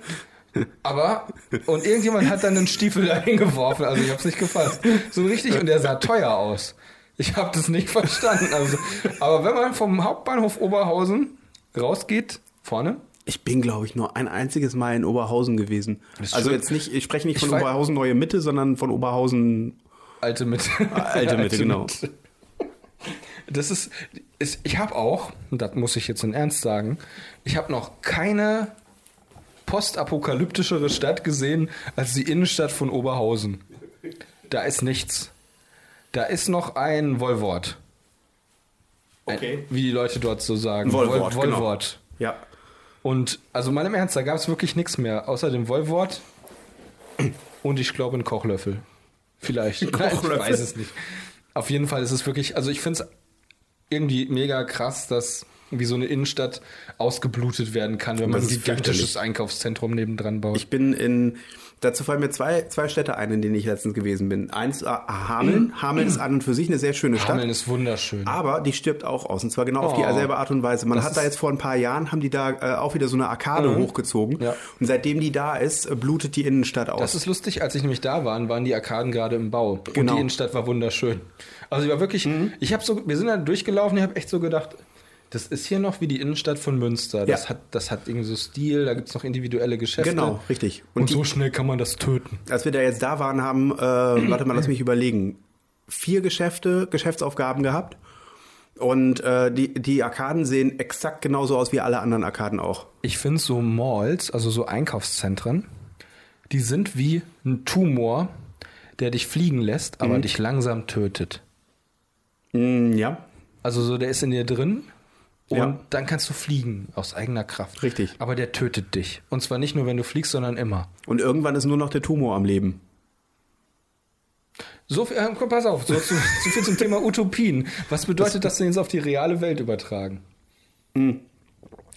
S1: Aber, und irgendjemand hat dann einen Stiefel da hingeworfen, also ich hab's nicht gefasst. So richtig, und der sah teuer aus. Ich hab das nicht verstanden. Also, aber wenn man vom Hauptbahnhof Oberhausen rausgeht, vorne,
S2: ich bin, glaube ich, nur ein einziges Mal in Oberhausen gewesen.
S1: ist
S2: Also
S1: schön.
S2: jetzt nicht, ich spreche nicht
S1: Ich
S2: von
S1: weiß-
S2: Oberhausen Neue Mitte, sondern von Oberhausen.
S1: Alte Mitte.
S2: *laughs* alte Mitte, genau.
S1: Das ist, ist ich habe auch, und das muss ich jetzt in Ernst sagen, ich habe noch keine postapokalyptischere Stadt gesehen als die Innenstadt von Oberhausen. Da ist nichts. Da ist noch ein Wollwort. Ein- Wie die Leute dort so sagen.
S2: Wollwort,
S1: Woll-
S2: genau.
S1: Wollwort.
S2: Ja.
S1: Und also mal im Ernst, da gab es wirklich nichts mehr, außer dem Wollwort und ich glaube einen Kochlöffel. Vielleicht. Nein, *laughs*
S2: Kochlöffel.
S1: ich weiß es nicht. Auf jeden Fall ist es wirklich, also ich finde es irgendwie mega krass, dass wie so eine Innenstadt ausgeblutet werden kann, wenn man ein
S2: Das ist
S1: gigantisches Einkaufszentrum nebendran baut.
S2: Ich bin in, dazu fallen mir zwei, zwei Städte ein, in denen ich letztens gewesen bin. Eins, äh, Hameln. Hameln ist an und für sich eine sehr schöne Stadt.
S1: Mhm. Hameln ist wunderschön.
S2: Aber die stirbt auch aus. Und zwar genau auf
S1: Oh.
S2: die selbe Art und Weise. Man
S1: Das
S2: hat da
S1: ist- Mhm.
S2: jetzt vor ein paar Jahren, haben die da äh, auch wieder so eine Arkade hochgezogen.
S1: Ja.
S2: Und seitdem die da ist, äh, blutet die Innenstadt aus.
S1: Das ist lustig, als ich nämlich da war, waren die Arkaden gerade im Bau. Und
S2: Genau. Mhm.
S1: die Innenstadt war wunderschön. Also ich war wirklich, ich habe so, wir sind dann durchgelaufen, ich habe echt so gedacht, das ist hier noch wie die Innenstadt von Münster. Das,
S2: Ja.
S1: hat, das hat irgendwie so Stil, da gibt es noch individuelle Geschäfte.
S2: Genau, richtig.
S1: Und,
S2: Und die-
S1: so schnell kann man das töten.
S2: als wir da jetzt da waren, haben,
S1: *clears throat*
S2: äh, warte mal, lass mich überlegen, vier Geschäfte, Geschäftsaufgaben gehabt. Und äh, die, die Arkaden sehen exakt genauso aus wie alle anderen Arkaden auch.
S1: Ich finde so Malls, also so Einkaufszentren, die sind wie ein Tumor, der dich fliegen lässt,
S2: Mhm.
S1: aber dich langsam tötet.
S2: Mm, ja.
S1: Also so, der ist in dir drin und
S2: Ja.
S1: dann kannst du fliegen aus eigener Kraft.
S2: Richtig.
S1: Aber der tötet dich. Und zwar nicht nur, wenn du fliegst, sondern immer.
S2: Und irgendwann ist nur noch der Tumor am Leben.
S1: So viel, äh, komm, pass auf, so, zu, zu viel zum Thema Utopien. Was bedeutet das denn jetzt auf die reale Welt übertragen?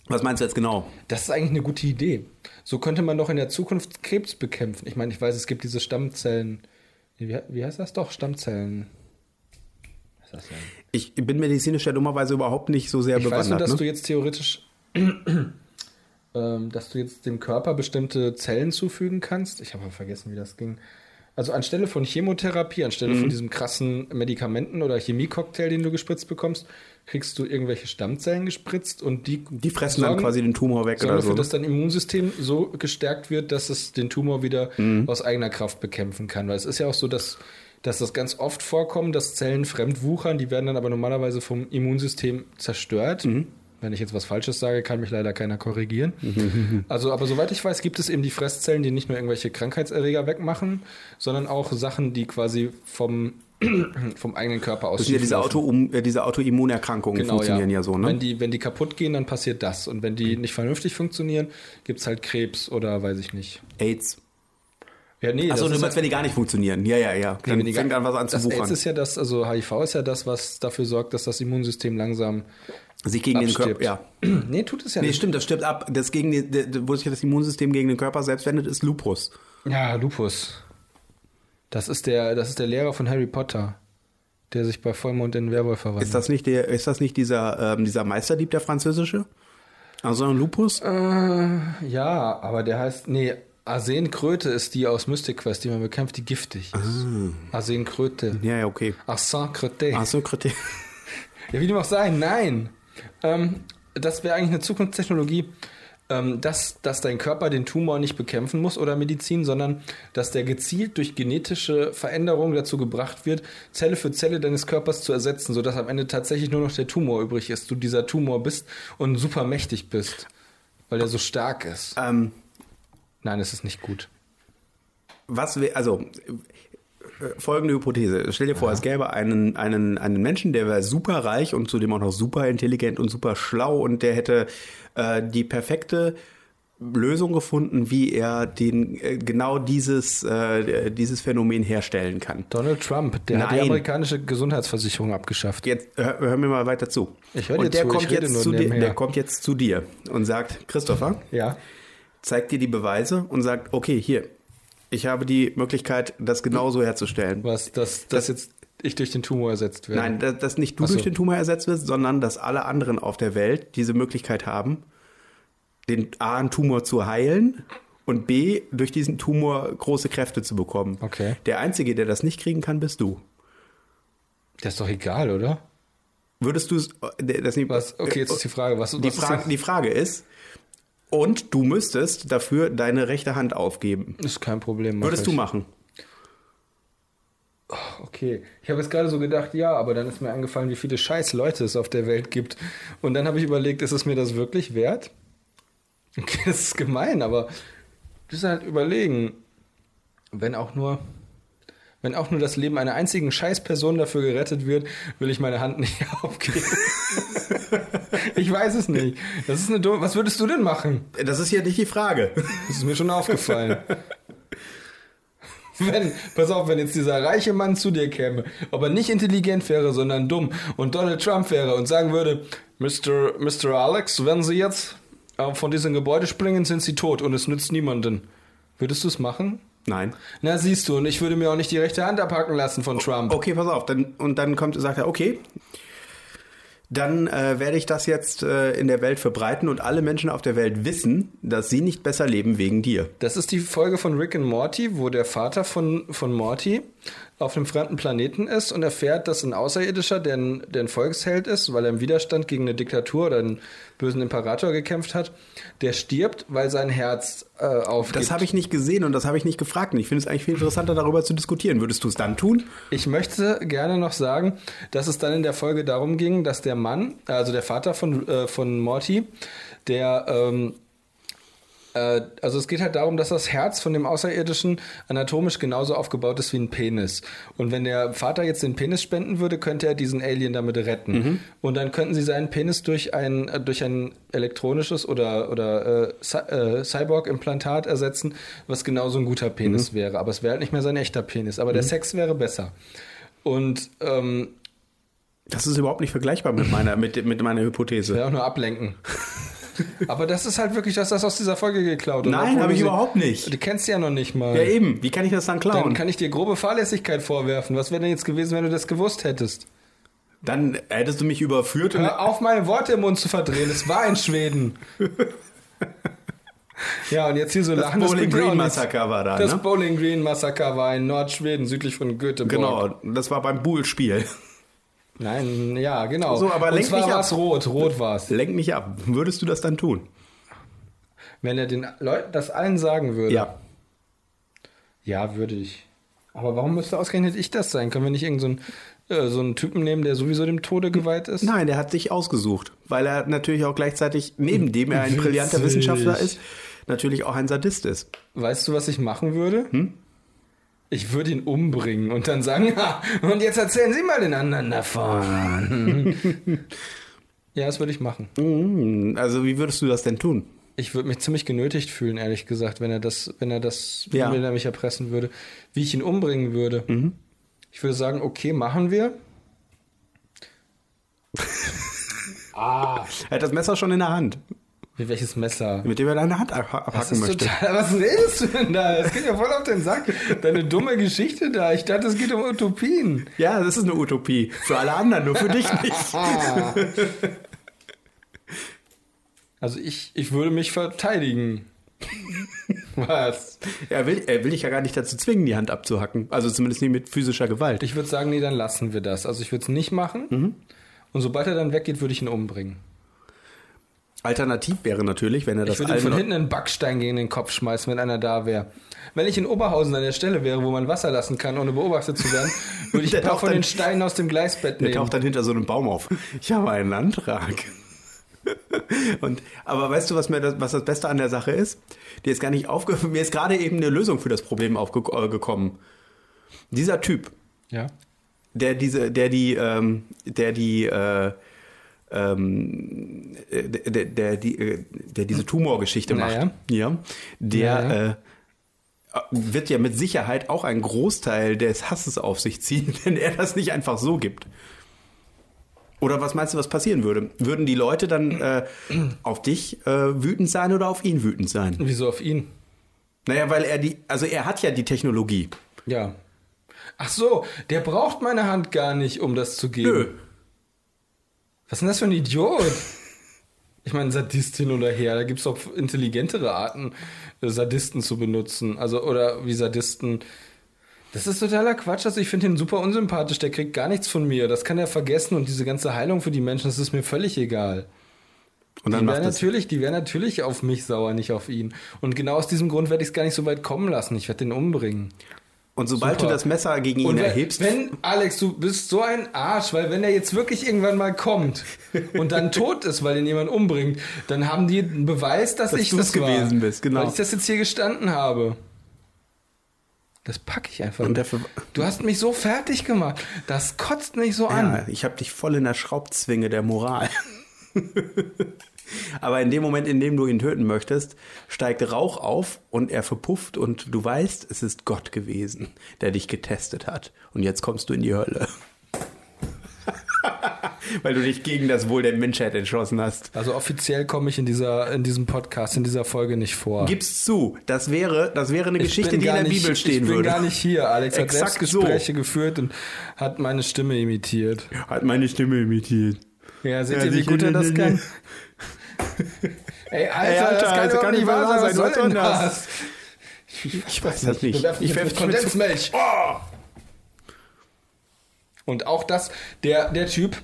S2: Was meinst du jetzt genau?
S1: Das ist eigentlich eine gute Idee. So könnte man doch in der Zukunft Krebs bekämpfen. Ich meine, ich weiß, es gibt diese Stammzellen. Wie, wie heißt das doch? Stammzellen. Was ist das denn?
S2: Ich bin medizinisch ja dummerweise überhaupt nicht so sehr
S1: Ich weiß
S2: bewandert.
S1: nur, dass
S2: ne?
S1: du jetzt theoretisch, *clears throat* ähm, dass du jetzt dem Körper bestimmte Zellen zufügen kannst. Ich habe aber vergessen, wie das ging. Also anstelle von Chemotherapie, anstelle
S2: Mhm.
S1: von diesem krassen Medikamenten- oder Chemiecocktail, den du gespritzt bekommst, kriegst du irgendwelche Stammzellen gespritzt und die,
S2: die fressen dann quasi den Tumor weg
S1: Sorgen
S2: oder
S1: dafür,
S2: so. ne?
S1: dass dein Immunsystem so gestärkt wird, dass es den Tumor wieder
S2: Mhm.
S1: aus eigener Kraft bekämpfen kann. Weil es ist ja auch so, dass, dass das ganz oft vorkommt, dass Zellen fremd wuchern, die werden dann aber normalerweise vom Immunsystem zerstört.
S2: Mhm.
S1: Wenn ich jetzt was Falsches sage, kann mich leider keiner korrigieren.
S2: Mhm.
S1: Also, aber soweit ich weiß, gibt es eben die Fresszellen, die nicht nur irgendwelche Krankheitserreger wegmachen, sondern auch Sachen, die quasi vom, *clears throat* vom eigenen Körper aus.
S2: Das sind ja diese, Auto, äh, diese Autoimmunerkrankungen funktionieren ja, so, ne?
S1: Genau, Wenn die, wenn die kaputt gehen, dann passiert das. Und wenn die nicht vernünftig funktionieren, gibt es halt Krebs oder weiß ich nicht.
S2: AIDS.
S1: Ja, nee,
S2: Achso,
S1: das
S2: du
S1: ist
S2: meinst, wenn die gar nicht funktionieren. Ja, ja, ja.
S1: ja-
S2: Dann
S1: wenn die-
S2: fängt an, was an zu
S1: das AIDS
S2: wuchern.
S1: ist ja das, also HIV ist ja das, was dafür sorgt, dass das Immunsystem langsam
S2: Sich gegen
S1: abstirbt.
S2: den Körper. Ja.
S1: *clears throat* nee, tut es ja
S2: Nee,
S1: nicht.
S2: stimmt, das stirbt ab. Das gegen die, de- wo sich das Immunsystem gegen den Körper selbst wendet, ist Lupus.
S1: Ja, Lupus. Das ist der, das ist der Lehrer von Harry Potter, der sich bei Vollmond in Werwolf verwandelt.
S2: Ist das nicht, der, ist das nicht dieser, ähm, dieser Meisterdieb, der französische? Also ein Lupus?
S1: Ja, aber der heißt, nee, Arsenkröte ist die aus Mystic Quest, die man bekämpft, die giftig ist. Arsenkröte.
S2: Ah. Ja, ja, okay.
S1: Arsenkröte.
S2: Achso, Kritik.
S1: Ja, wie dem auch sei, nein. Ähm, das wäre eigentlich eine Zukunftstechnologie, ähm, dass, dass dein Körper den Tumor nicht bekämpfen muss oder Medizin, sondern dass der gezielt durch genetische Veränderung dazu gebracht wird, Zelle für Zelle deines Körpers zu ersetzen, sodass am Ende tatsächlich nur noch der Tumor übrig ist, du dieser Tumor bist und super mächtig bist, weil der so stark ist.
S2: Ähm,
S1: Nein, es ist nicht gut.
S2: was wir, also äh, folgende Hypothese. Stell dir vor, es gäbe einen, einen, einen Menschen, der wäre super reich und zudem auch noch super intelligent und super schlau und der hätte äh, die perfekte Lösung gefunden, wie er den äh, genau dieses, äh, dieses Phänomen herstellen kann.
S1: Donald Trump, der hat die
S2: Nein.
S1: amerikanische Gesundheitsversicherung abgeschafft.
S2: Jetzt hör, hör mir mal weiter zu.
S1: Ich hör dir
S2: und der
S1: zu, ich
S2: kommt
S1: rede
S2: jetzt
S1: nur
S2: zu dir,
S1: nebenher.
S2: der kommt jetzt zu dir und sagt, Christopher,
S1: Ja.
S2: zeigt dir die Beweise und sagt, okay, hier, ich habe die Möglichkeit, das genauso herzustellen.
S1: Was, dass, dass jetzt ich durch den Tumor ersetzt werde.
S2: Nein, dass, dass nicht du
S1: Ach so.
S2: durch den Tumor ersetzt wirst, sondern dass alle anderen auf der Welt diese Möglichkeit haben, den A, einen Tumor zu heilen und B, durch diesen Tumor große Kräfte zu bekommen.
S1: Okay.
S2: Der Einzige, der das nicht kriegen kann, bist du.
S1: Das ist doch egal, oder?
S2: Würdest du es. äh, Das nicht,
S1: Was? Okay, jetzt ist die Frage. Was,
S2: Die,
S1: was
S2: Frage,
S1: ist,
S2: die Frage ist, und du müsstest dafür deine rechte Hand aufgeben.
S1: das? ist kein Problem. mach
S2: Würdest du
S1: ich.
S2: machen?
S1: Okay. Ich habe jetzt gerade so gedacht, ja, aber dann ist mir eingefallen, wie viele scheiß Leute es auf der Welt gibt. Und dann habe ich überlegt, ist es mir das wirklich wert? *laughs* Okay, das ist gemein, aber das ist halt überlegen. Wenn auch nur. Wenn auch nur das Leben einer einzigen Scheißperson dafür gerettet wird, will ich meine Hand nicht *laughs* aufgeben. ich weiß es nicht. Das ist eine dumme. Was würdest du denn machen?
S2: Das ist ja nicht
S1: *laughs*
S2: die Frage.
S1: Das ist mir schon aufgefallen. *laughs* Wenn, pass auf, wenn jetzt dieser reiche Mann zu dir käme, ob er nicht intelligent wäre, sondern dumm und Donald Trump wäre und sagen würde, Mr. Mr. Alex, wenn Sie jetzt äh, von diesem Gebäude springen, sind Sie tot und es nützt niemanden. Würdest du es machen?
S2: Nein.
S1: Na siehst du, und ich würde mir auch nicht die rechte Hand abhacken lassen von Trump.
S2: Okay, pass auf. Dann, und dann kommt, sagt er, okay, dann äh, werde ich das jetzt äh, in der Welt verbreiten und alle Menschen auf der Welt wissen, dass sie nicht besser leben wegen dir.
S1: Das ist die Folge von Rick and Morty, wo der Vater von, von Morty auf einem fremden Planeten ist und erfährt, dass ein Außerirdischer, der ein, der ein Volksheld ist, weil er im Widerstand gegen eine Diktatur oder einen bösen Imperator gekämpft hat, der stirbt, weil sein Herz äh, aufgeht.
S2: Das habe ich nicht gesehen und das habe ich nicht gefragt. Und ich finde es eigentlich viel interessanter, darüber zu diskutieren. Würdest du es dann tun?
S1: Ich möchte gerne noch sagen, dass es dann in der Folge darum ging, dass der Mann, also der Vater von, äh, von Morty, der, ähm, äh, also es geht halt darum, dass das Herz von dem Außerirdischen anatomisch genauso aufgebaut ist wie ein Penis. Und wenn der Vater jetzt den Penis spenden würde, könnte er diesen Alien damit retten.
S2: Mhm.
S1: Und dann könnten sie seinen Penis durch ein, äh, durch ein elektronisches oder, oder äh, Cy äh, Cyborg-Implantat ersetzen, was genauso ein guter
S2: Mhm.
S1: Penis wäre. Aber es wäre halt nicht mehr sein echter Penis. Aber der Sex wäre besser. Und ähm,
S2: Das ist überhaupt nicht vergleichbar mit meiner, mit, mit meiner Hypothese.
S1: wäre auch nur
S2: *laughs*
S1: ablenken. Aber das ist halt wirklich, dass das aus dieser Folge geklaut Und
S2: Nein,
S1: obwohl
S2: habe
S1: du
S2: ich
S1: sie-
S2: überhaupt nicht.
S1: Du kennst sie ja noch nicht mal.
S2: Ja, eben. Wie kann ich das dann
S1: Dann
S2: klauen?
S1: kann ich dir grobe Fahrlässigkeit vorwerfen. Was wäre denn jetzt gewesen, wenn du das gewusst hättest?
S2: Dann hättest du mich überführt und
S1: Hör auf, meine Worte im Mund zu verdrehen. Es war in Schweden.
S2: *laughs*
S1: Ja, und jetzt hier so lachen.
S2: Bowling
S1: bringt ja auch
S2: Green
S1: nichts.
S2: Massaker war da,
S1: Das
S2: ne?
S1: Bowling Green Massaker war in Nordschweden, südlich von Göteborg.
S2: Genau, das war beim Bull-Spiel. *laughs*
S1: Nein, ja, genau.
S2: So, aber
S1: und
S2: lenk
S1: zwar
S2: mich ab.
S1: war es rot, rot war es.
S2: Lenk mich ab. Würdest du das dann tun?
S1: Wenn er den Leuten das allen sagen würde.
S2: Ja.
S1: Ja, würde ich. Aber warum müsste ausgerechnet ich das sein? Können wir nicht irgendeinen so, einen, äh, so einen Typen nehmen, der sowieso dem Tode geweiht ist?
S2: Nein, der hat dich ausgesucht, weil er natürlich auch gleichzeitig, neben dem er ein brillanter
S1: Witzig.
S2: Wissenschaftler ist, natürlich auch ein Sadist ist.
S1: Weißt du, was ich machen würde?
S2: Hm?
S1: Ich würde ihn umbringen und dann sagen, ha, und jetzt erzählen Sie mal den anderen
S2: *laughs*
S1: davon. ja, das würde ich machen.
S2: Mhm, Also wie würdest du das denn tun?
S1: Ich würde mich ziemlich genötigt fühlen, ehrlich gesagt, wenn er das, wenn er das,
S2: Ja. Mhm.
S1: wenn er mich erpressen würde, wie ich ihn umbringen würde. Ich würde sagen, okay, machen wir.
S2: Er hat das Messer schon in der Hand,
S1: Wie welches Messer?
S2: mit dem er deine Hand abha-
S1: Das
S2: abhacken
S1: ist
S2: möchte.
S1: total, *laughs* was redest du denn da? Das geht mir voll auf den Sack. Deine dumme Geschichte da. Ich dachte, es geht um Utopien.
S2: Ja, das ist eine Utopie. Für alle anderen, nur für dich nicht.
S1: *laughs* Also ich, ich würde mich verteidigen. *laughs* Was?
S2: Er will, er will dich ja gar nicht dazu zwingen, die Hand abzuhacken. Also zumindest nicht mit physischer Gewalt.
S1: Ich würde sagen, nee, dann lassen
S2: Mhm.
S1: wir das. Also ich würde es nicht machen. Und sobald er dann weggeht, würde ich ihn umbringen.
S2: Alternativ wäre natürlich, wenn er das
S1: Ich würde ihm von
S2: allen-
S1: hinten einen Backstein gegen den Kopf schmeißen, wenn einer da wäre. Wenn ich in Oberhausen an der Stelle wäre, wo man Wasser lassen kann, ohne beobachtet zu
S2: *laughs*
S1: werden, würde ich
S2: Der
S1: ein paar
S2: taucht
S1: von
S2: dann-
S1: den Steinen aus dem Gleisbett
S2: Der
S1: nehmen.
S2: taucht dann hinter so einem Baum auf. Ich habe einen Antrag. *laughs* Und, aber weißt du, was, mir das, was das Beste an der Sache ist? Dir ist gar nicht aufge *laughs* mir ist gerade eben eine Lösung für das Problem aufgekommen. Dieser Typ,
S1: Ja.
S2: der diese, der die, ähm, der die, äh, ähm, äh, der, der, die, äh, der diese Tumorgeschichte macht,
S1: Naja.
S2: ja, der
S1: Ja, ja.
S2: Äh, wird ja mit Sicherheit auch einen Großteil des Hasses auf sich ziehen, *laughs* wenn er das nicht einfach so gibt. Oder was meinst du, was passieren würde? Würden die Leute dann äh, auf dich äh, wütend sein oder auf ihn wütend sein?
S1: Wieso auf ihn?
S2: Naja, weil er die, also er hat ja die Technologie.
S1: Ja. Ach so, der braucht meine Hand gar nicht, um das zu geben.
S2: Nö,
S1: Was ist denn das für ein Idiot? Ich meine, Sadistin oder her, da gibt es doch intelligentere Arten, äh, Sadisten zu benutzen. Also, oder wie Sadisten. Das ist totaler Quatsch. Also, ich finde ihn super unsympathisch. Der kriegt gar nichts von mir. Das kann er vergessen. Und diese ganze Heilung für die Menschen, das ist mir völlig egal.
S2: und dann
S1: die wären
S2: macht das.
S1: natürlich, die wären natürlich auf mich sauer, nicht auf ihn. Und genau aus diesem Grund werde ich es gar nicht so weit kommen lassen. Ich werde den umbringen.
S2: Und sobald
S1: Super.
S2: du das Messer gegen ihn
S1: Und wenn,
S2: erhebst,
S1: wenn, Alex, du bist so ein Arsch, weil wenn er jetzt wirklich irgendwann mal kommt und dann tot ist, weil ihn jemand umbringt, dann haben die einen Beweis, dass,
S2: Dass
S1: ich
S2: du's
S1: das war,
S2: gewesen bist, genau.
S1: Weil ich das jetzt hier gestanden habe. Das packe ich einfach.
S2: Und
S1: nicht.
S2: dafür-
S1: du hast mich so fertig gemacht. Das kotzt mich so
S2: Ja,
S1: an.
S2: ich habe dich voll in der Schraubzwinge der Moral. *laughs* Aber in dem Moment, in dem du ihn töten möchtest, steigt Rauch auf und er verpufft und du weißt, es ist Gott gewesen, der dich getestet hat. Und jetzt kommst du in die Hölle. *laughs* Weil du dich gegen das Wohl der Menschheit entschlossen hast.
S1: Also offiziell komme ich in dieser, in diesem Podcast, in dieser Folge nicht vor.
S2: Gib's zu, das wäre, das wäre eine
S1: Ich
S2: Geschichte,
S1: bin
S2: die in
S1: gar
S2: der
S1: nicht-
S2: Bibel stehen
S1: Ich bin
S2: würde.
S1: gar nicht hier. Alex hat
S2: Exakt
S1: Selbstgespräche geführt und hat meine Stimme imitiert.
S2: Hat meine Stimme imitiert.
S1: Ja, seht
S2: Ja, ne,
S1: ihr, ne, wie
S2: sich-
S1: gut er das kann? Ey, Alter,
S2: Ey,
S1: das
S2: Alter,
S1: kann,
S2: das
S1: doch
S2: kann also
S1: nicht wahr sein. Was
S2: Was
S1: soll denn
S2: soll das?
S1: das?
S2: Ich weiß das nicht.
S1: Ich werf mich mit Oh. Kondensmilch. Und auch das, der, der Typ,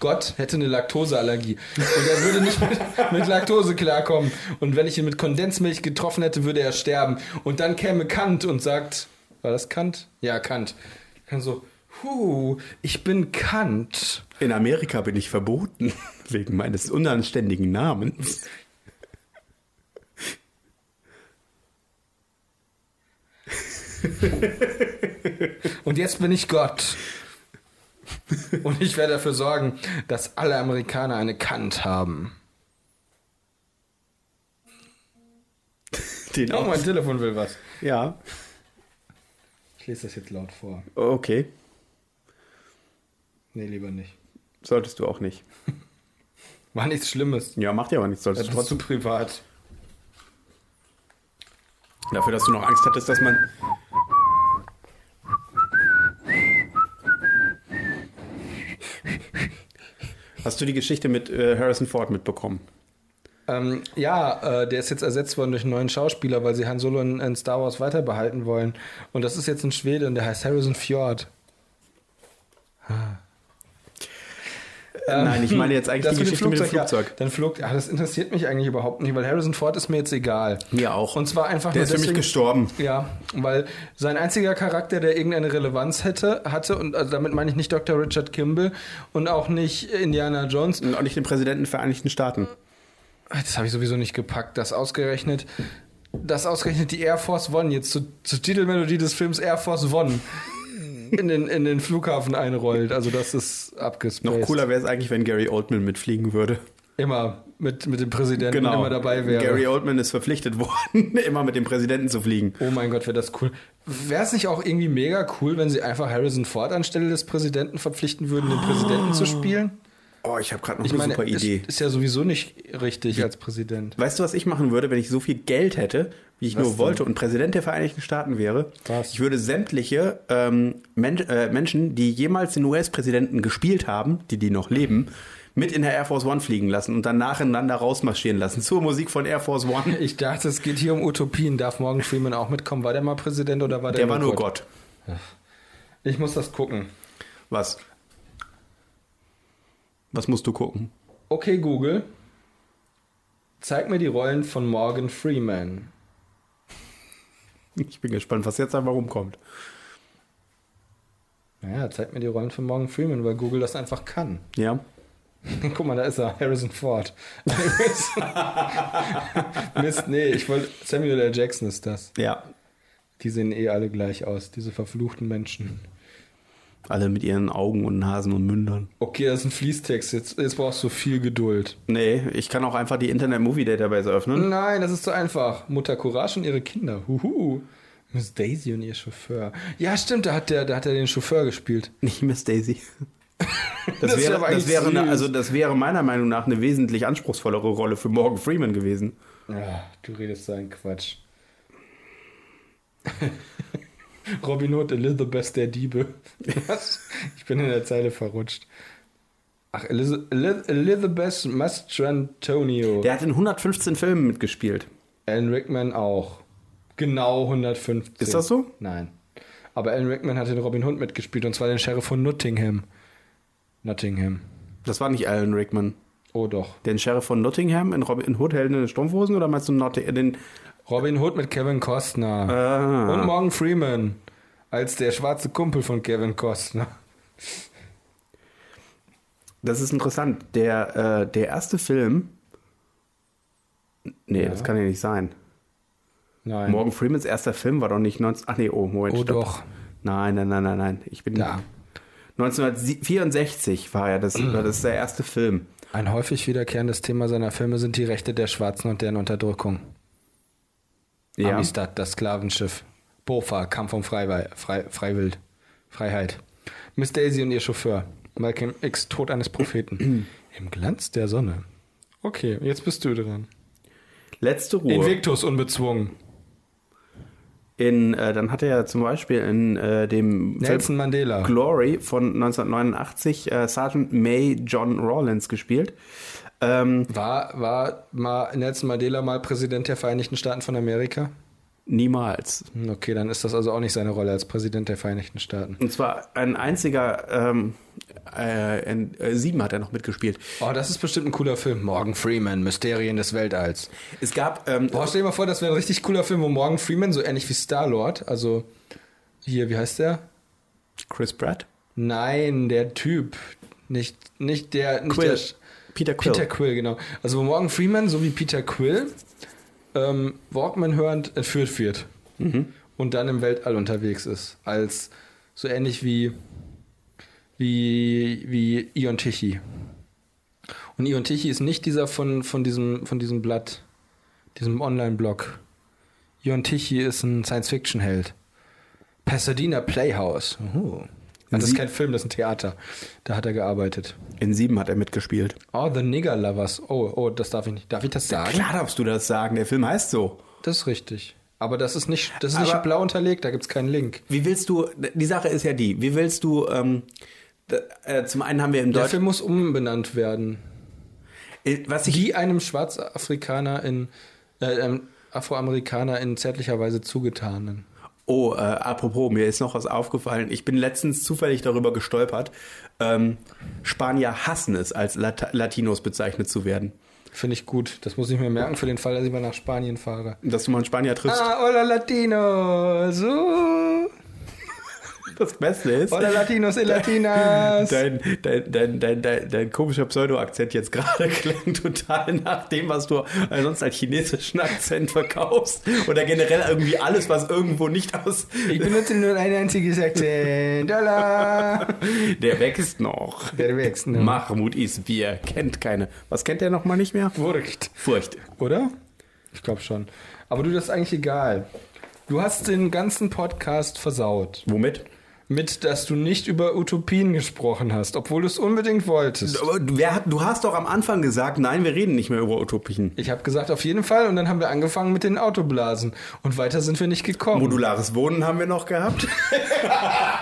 S1: Gott hätte eine Laktoseallergie. Und er würde nicht mit, *laughs* mit Laktose klarkommen. Und wenn ich ihn mit Kondensmilch getroffen hätte, würde er sterben. Und dann käme Kant und sagt, war das Kant? Ja, Kant. Dann so, huh, ich bin Kant.
S2: In Amerika bin ich verboten, *laughs* wegen meines unanständigen Namens. *laughs*
S1: Und jetzt bin ich Gott. Und ich werde dafür sorgen, dass alle Amerikaner eine Kant haben.
S2: Den
S1: Oh,
S2: auch.
S1: mein Telefon will was.
S2: Ja,
S1: Ich lese das jetzt laut vor.
S2: okay.
S1: Nee, lieber nicht.
S2: Solltest du auch nicht.
S1: War nichts Schlimmes.
S2: Ja, macht ja aber nichts. Solltest
S1: Das
S2: du
S1: war zu
S2: trotzdem.
S1: privat.
S2: Dafür, dass du noch Angst hattest, dass man. Hast du die Geschichte mit äh, Harrison Ford mitbekommen?
S1: Ähm, ja, äh, der ist jetzt ersetzt worden durch einen neuen Schauspieler, weil sie Han Solo in, in Star Wars weiter behalten wollen. Und das ist jetzt ein Schwede und der heißt Harrison Fjord.
S2: Nein, ich meine jetzt eigentlich
S1: Ähm, Das
S2: die
S1: mit dem
S2: Geschichte mit dem
S1: Flugzeug, Ja,
S2: Flugzeug.
S1: dann flog, ach, das interessiert mich eigentlich überhaupt nicht, weil Harrison Ford ist mir jetzt egal.
S2: Mir auch.
S1: Und zwar einfach
S2: Der
S1: nur
S2: ist für mich
S1: deswegen-
S2: gestorben.
S1: Ja, weil sein einziger Charakter, der irgendeine Relevanz hätte, hatte, und also damit meine ich nicht Dr. Richard Kimball und auch nicht Indiana Jones,
S2: Und auch nicht den Präsidenten der Vereinigten Staaten.
S1: das habe ich sowieso nicht gepackt, das ausgerechnet, das ausgerechnet die Air Force One jetzt zu, zur Titelmelodie des Films Air Force One in den, in den Flughafen einrollt. Also das ist abgespaced.
S2: Noch cooler wäre es eigentlich, wenn Gary Oldman mitfliegen würde.
S1: Immer mit, mit dem Präsidenten immer dabei wäre.
S2: Genau. Gary Oldman ist verpflichtet *laughs* worden, immer mit dem Präsidenten zu fliegen.
S1: Oh mein Gott, wäre das cool. Wäre es nicht auch irgendwie mega cool, wenn sie einfach Harrison Ford anstelle des Präsidenten verpflichten würden, den Präsidenten zu spielen?
S2: Oh, ich habe gerade noch
S1: Ich
S2: eine
S1: meine,
S2: super Idee.
S1: Ist, ist ja sowieso nicht richtig als Präsident.
S2: weißt du, was ich machen würde, wenn ich so viel Geld hätte, wie ich
S1: Was
S2: nur
S1: denn?
S2: wollte und Präsident der Vereinigten Staaten wäre?
S1: Was?
S2: Ich würde sämtliche ähm, Men äh, Menschen, die jemals den US-Präsidenten gespielt haben, die die noch leben, mit in der Air Force One fliegen lassen und dann nacheinander rausmarschieren lassen zur Musik von Air Force One.
S1: Ich dachte, es geht hier um Utopien. Darf Morgan Freeman auch mitkommen? War der mal Präsident oder war der,
S2: Der war nur Gott.
S1: Ich muss das gucken.
S2: Was? Was musst du gucken?
S1: Okay, Google. Zeig mir die Rollen von Morgan Freeman.
S2: Ich bin gespannt, was jetzt einfach rumkommt.
S1: Naja, zeig mir die Rollen von Morgan Freeman, weil Google das einfach kann.
S2: Ja.
S1: Guck mal, da ist er, Harrison Ford. *laughs* Mist, nee, ich wollte. Samuel L. Jackson ist das.
S2: Ja.
S1: Die sehen eh alle gleich aus, diese verfluchten Menschen.
S2: Alle mit ihren Augen und Nasen und Mündern.
S1: Okay, das ist ein Fließtext. Jetzt, jetzt brauchst du viel Geduld.
S2: Nee, ich kann auch einfach die Internet Movie Database öffnen.
S1: Nein, das ist zu einfach. Mutter Courage und ihre Kinder. Huhu. Miss Daisy und ihr Chauffeur. Ja, stimmt, da hat der, da hat er den Chauffeur gespielt.
S2: *laughs* Nicht Miss Daisy. Das,
S1: Das ist
S2: wäre,
S1: aber
S2: das,
S1: eigentlich
S2: wäre eine,
S1: süß.
S2: also das wäre meiner Meinung nach eine wesentlich anspruchsvollere Rolle für Morgan Freeman gewesen.
S1: Ah, du redest so einen Quatsch. *laughs* Robin Hood, Elizabeth der
S2: *laughs*
S1: Diebe. Was? Ich bin in der Zeile verrutscht. Ach, Eliz Eliz Elizabeth Mastrantonio.
S2: Der hat in 115 Filmen mitgespielt.
S1: Alan Rickman auch. Genau 150.
S2: Ist das so?
S1: Nein. Aber Alan Rickman hat den Robin Hood mitgespielt und zwar den Sheriff von Nottingham. Nottingham.
S2: Das war nicht Alan Rickman.
S1: Oh doch.
S2: Den Sheriff von Nottingham in Robin in Hood Helden in den Strumpfhosen oder meinst du Not den
S1: Robin Hood mit Kevin Costner.
S2: Ah.
S1: Und Morgan Freeman als der schwarze Kumpel von Kevin Costner.
S2: Das ist interessant. Der, äh, der erste Film. Nee, das kann ja nicht sein.
S1: Nein.
S2: Morgan Freemans erster Film war doch nicht 19. Ach nee, oh, Moment.
S1: Oh
S2: stopp.
S1: doch.
S2: Nein, nein, nein, nein, nein. Ich bin.
S1: Ja.
S2: 1964 war ja das, war das der erste Film.
S1: Ein häufig wiederkehrendes Thema seiner Filme sind die Rechte der Schwarzen und deren Unterdrückung.
S2: Ja.
S1: Amistad, das Sklavenschiff. Bofa, Kampf um Freiwei- Frei, Freiwild. Freiheit. Miss Daisy und ihr Chauffeur. Malcolm X, Tod eines
S2: *clears throat*
S1: Propheten. Im Glanz der Sonne. Okay, jetzt bist du dran.
S2: Letzte Ruhe.
S1: Invictus unbezwungen.
S2: In, äh, dann hat er ja zum Beispiel in äh, dem
S1: Nelson Mandela.
S2: Glory von 1989 äh, Sergeant May John Rawlins gespielt. Ähm,
S1: War, war mal Nelson Mandela mal Präsident der Vereinigten Staaten von Amerika?
S2: niemals.
S1: Hm, Okay, dann ist das also auch nicht seine Rolle als Präsident der Vereinigten Staaten.
S2: Und zwar ein einziger, ähm, äh, in, äh, sieben hat er noch mitgespielt.
S1: Oh, das ist bestimmt ein cooler Film. Morgan Freeman, Mysterien des Weltalls.
S2: Es gab, ähm,
S1: Boah, stell dir mal vor, das wäre ein richtig cooler Film, wo Morgan Freeman, so ähnlich wie Star-Lord, also hier, wie heißt der?
S2: Chris Pratt,
S1: Nein, der Typ. Nicht, nicht der. Nicht
S2: Quill,
S1: Der,
S2: Peter Quill.
S1: Peter Quill, genau. Also wo Morgan Freeman, so wie Peter Quill, ähm, Walkman hörend entführt wird.
S2: Mhm.
S1: Und dann im Weltall unterwegs ist. Als so ähnlich wie, wie, wie Ion Tichy. Und Ion Tichy ist nicht dieser von, von, diesem, von diesem Blatt, diesem Online-Blog. Ion Tichy ist ein Science-Fiction-Held. Pasadena Playhouse. Uhu. Das ist
S2: Sie-
S1: kein Film, das ist ein Theater. Da hat er gearbeitet.
S2: In sieben hat er mitgespielt.
S1: Oh, The Nigger Lovers. Oh, oh, das darf ich nicht. Darf ich das sagen?
S2: Klar darfst du das sagen, der Film heißt so.
S1: Das ist richtig. Aber das ist nicht, das ist nicht
S2: Aber-
S1: blau unterlegt, da gibt's keinen Link.
S2: Wie willst du, die Sache ist ja die, wie willst du, ähm, d- äh, zum einen haben wir im
S1: Der
S2: Deutschen,
S1: Film muss umbenannt werden.
S2: äh, was ich,
S1: Wie einem Schwarzafrikaner in, äh, einem Afroamerikaner in zärtlicher Weise zugetanen.
S2: oh, äh, apropos, mir ist noch was aufgefallen, ich bin letztens zufällig darüber gestolpert, ähm, Spanier hassen es, als Lat Latinos bezeichnet zu werden.
S1: Finde ich gut. Das muss ich mir merken für den Fall, dass ich mal nach Spanien fahre.
S2: Dass du mal einen Spanier triffst,
S1: Ah, hola Latino, so.
S2: das Beste ist.
S1: Hola Latinos y Latinas.
S2: *laughs* Dein, dein, dein, dein, dein, dein komischer Pseudo-Akzent jetzt gerade *laughs* klang total nach dem, was du äh, sonst als chinesischen Akzent verkaufst. Oder generell irgendwie alles, was irgendwo nicht aus.
S1: Ich benutze nur ein einziges Akzent. Hola.
S2: Der wächst noch.
S1: Der wächst noch.
S2: Mahmoud ist Bier. Kennt keine. Was kennt er nochmal nicht mehr?
S1: Furcht.
S2: Furcht.
S1: Oder? Ich glaube schon. Aber du, das ist eigentlich egal. Du hast den ganzen Podcast versaut.
S2: Womit?
S1: Mit, dass du nicht über Utopien gesprochen hast, obwohl du es unbedingt wolltest.
S2: Aber wer hat, du hast doch am Anfang gesagt, nein, wir reden nicht mehr über Utopien.
S1: Ich habe gesagt, auf jeden Fall. Und dann haben wir angefangen mit den Autoblasen. Und weiter sind wir nicht gekommen.
S2: Modulares Wohnen haben wir
S1: *laughs*
S2: noch gehabt.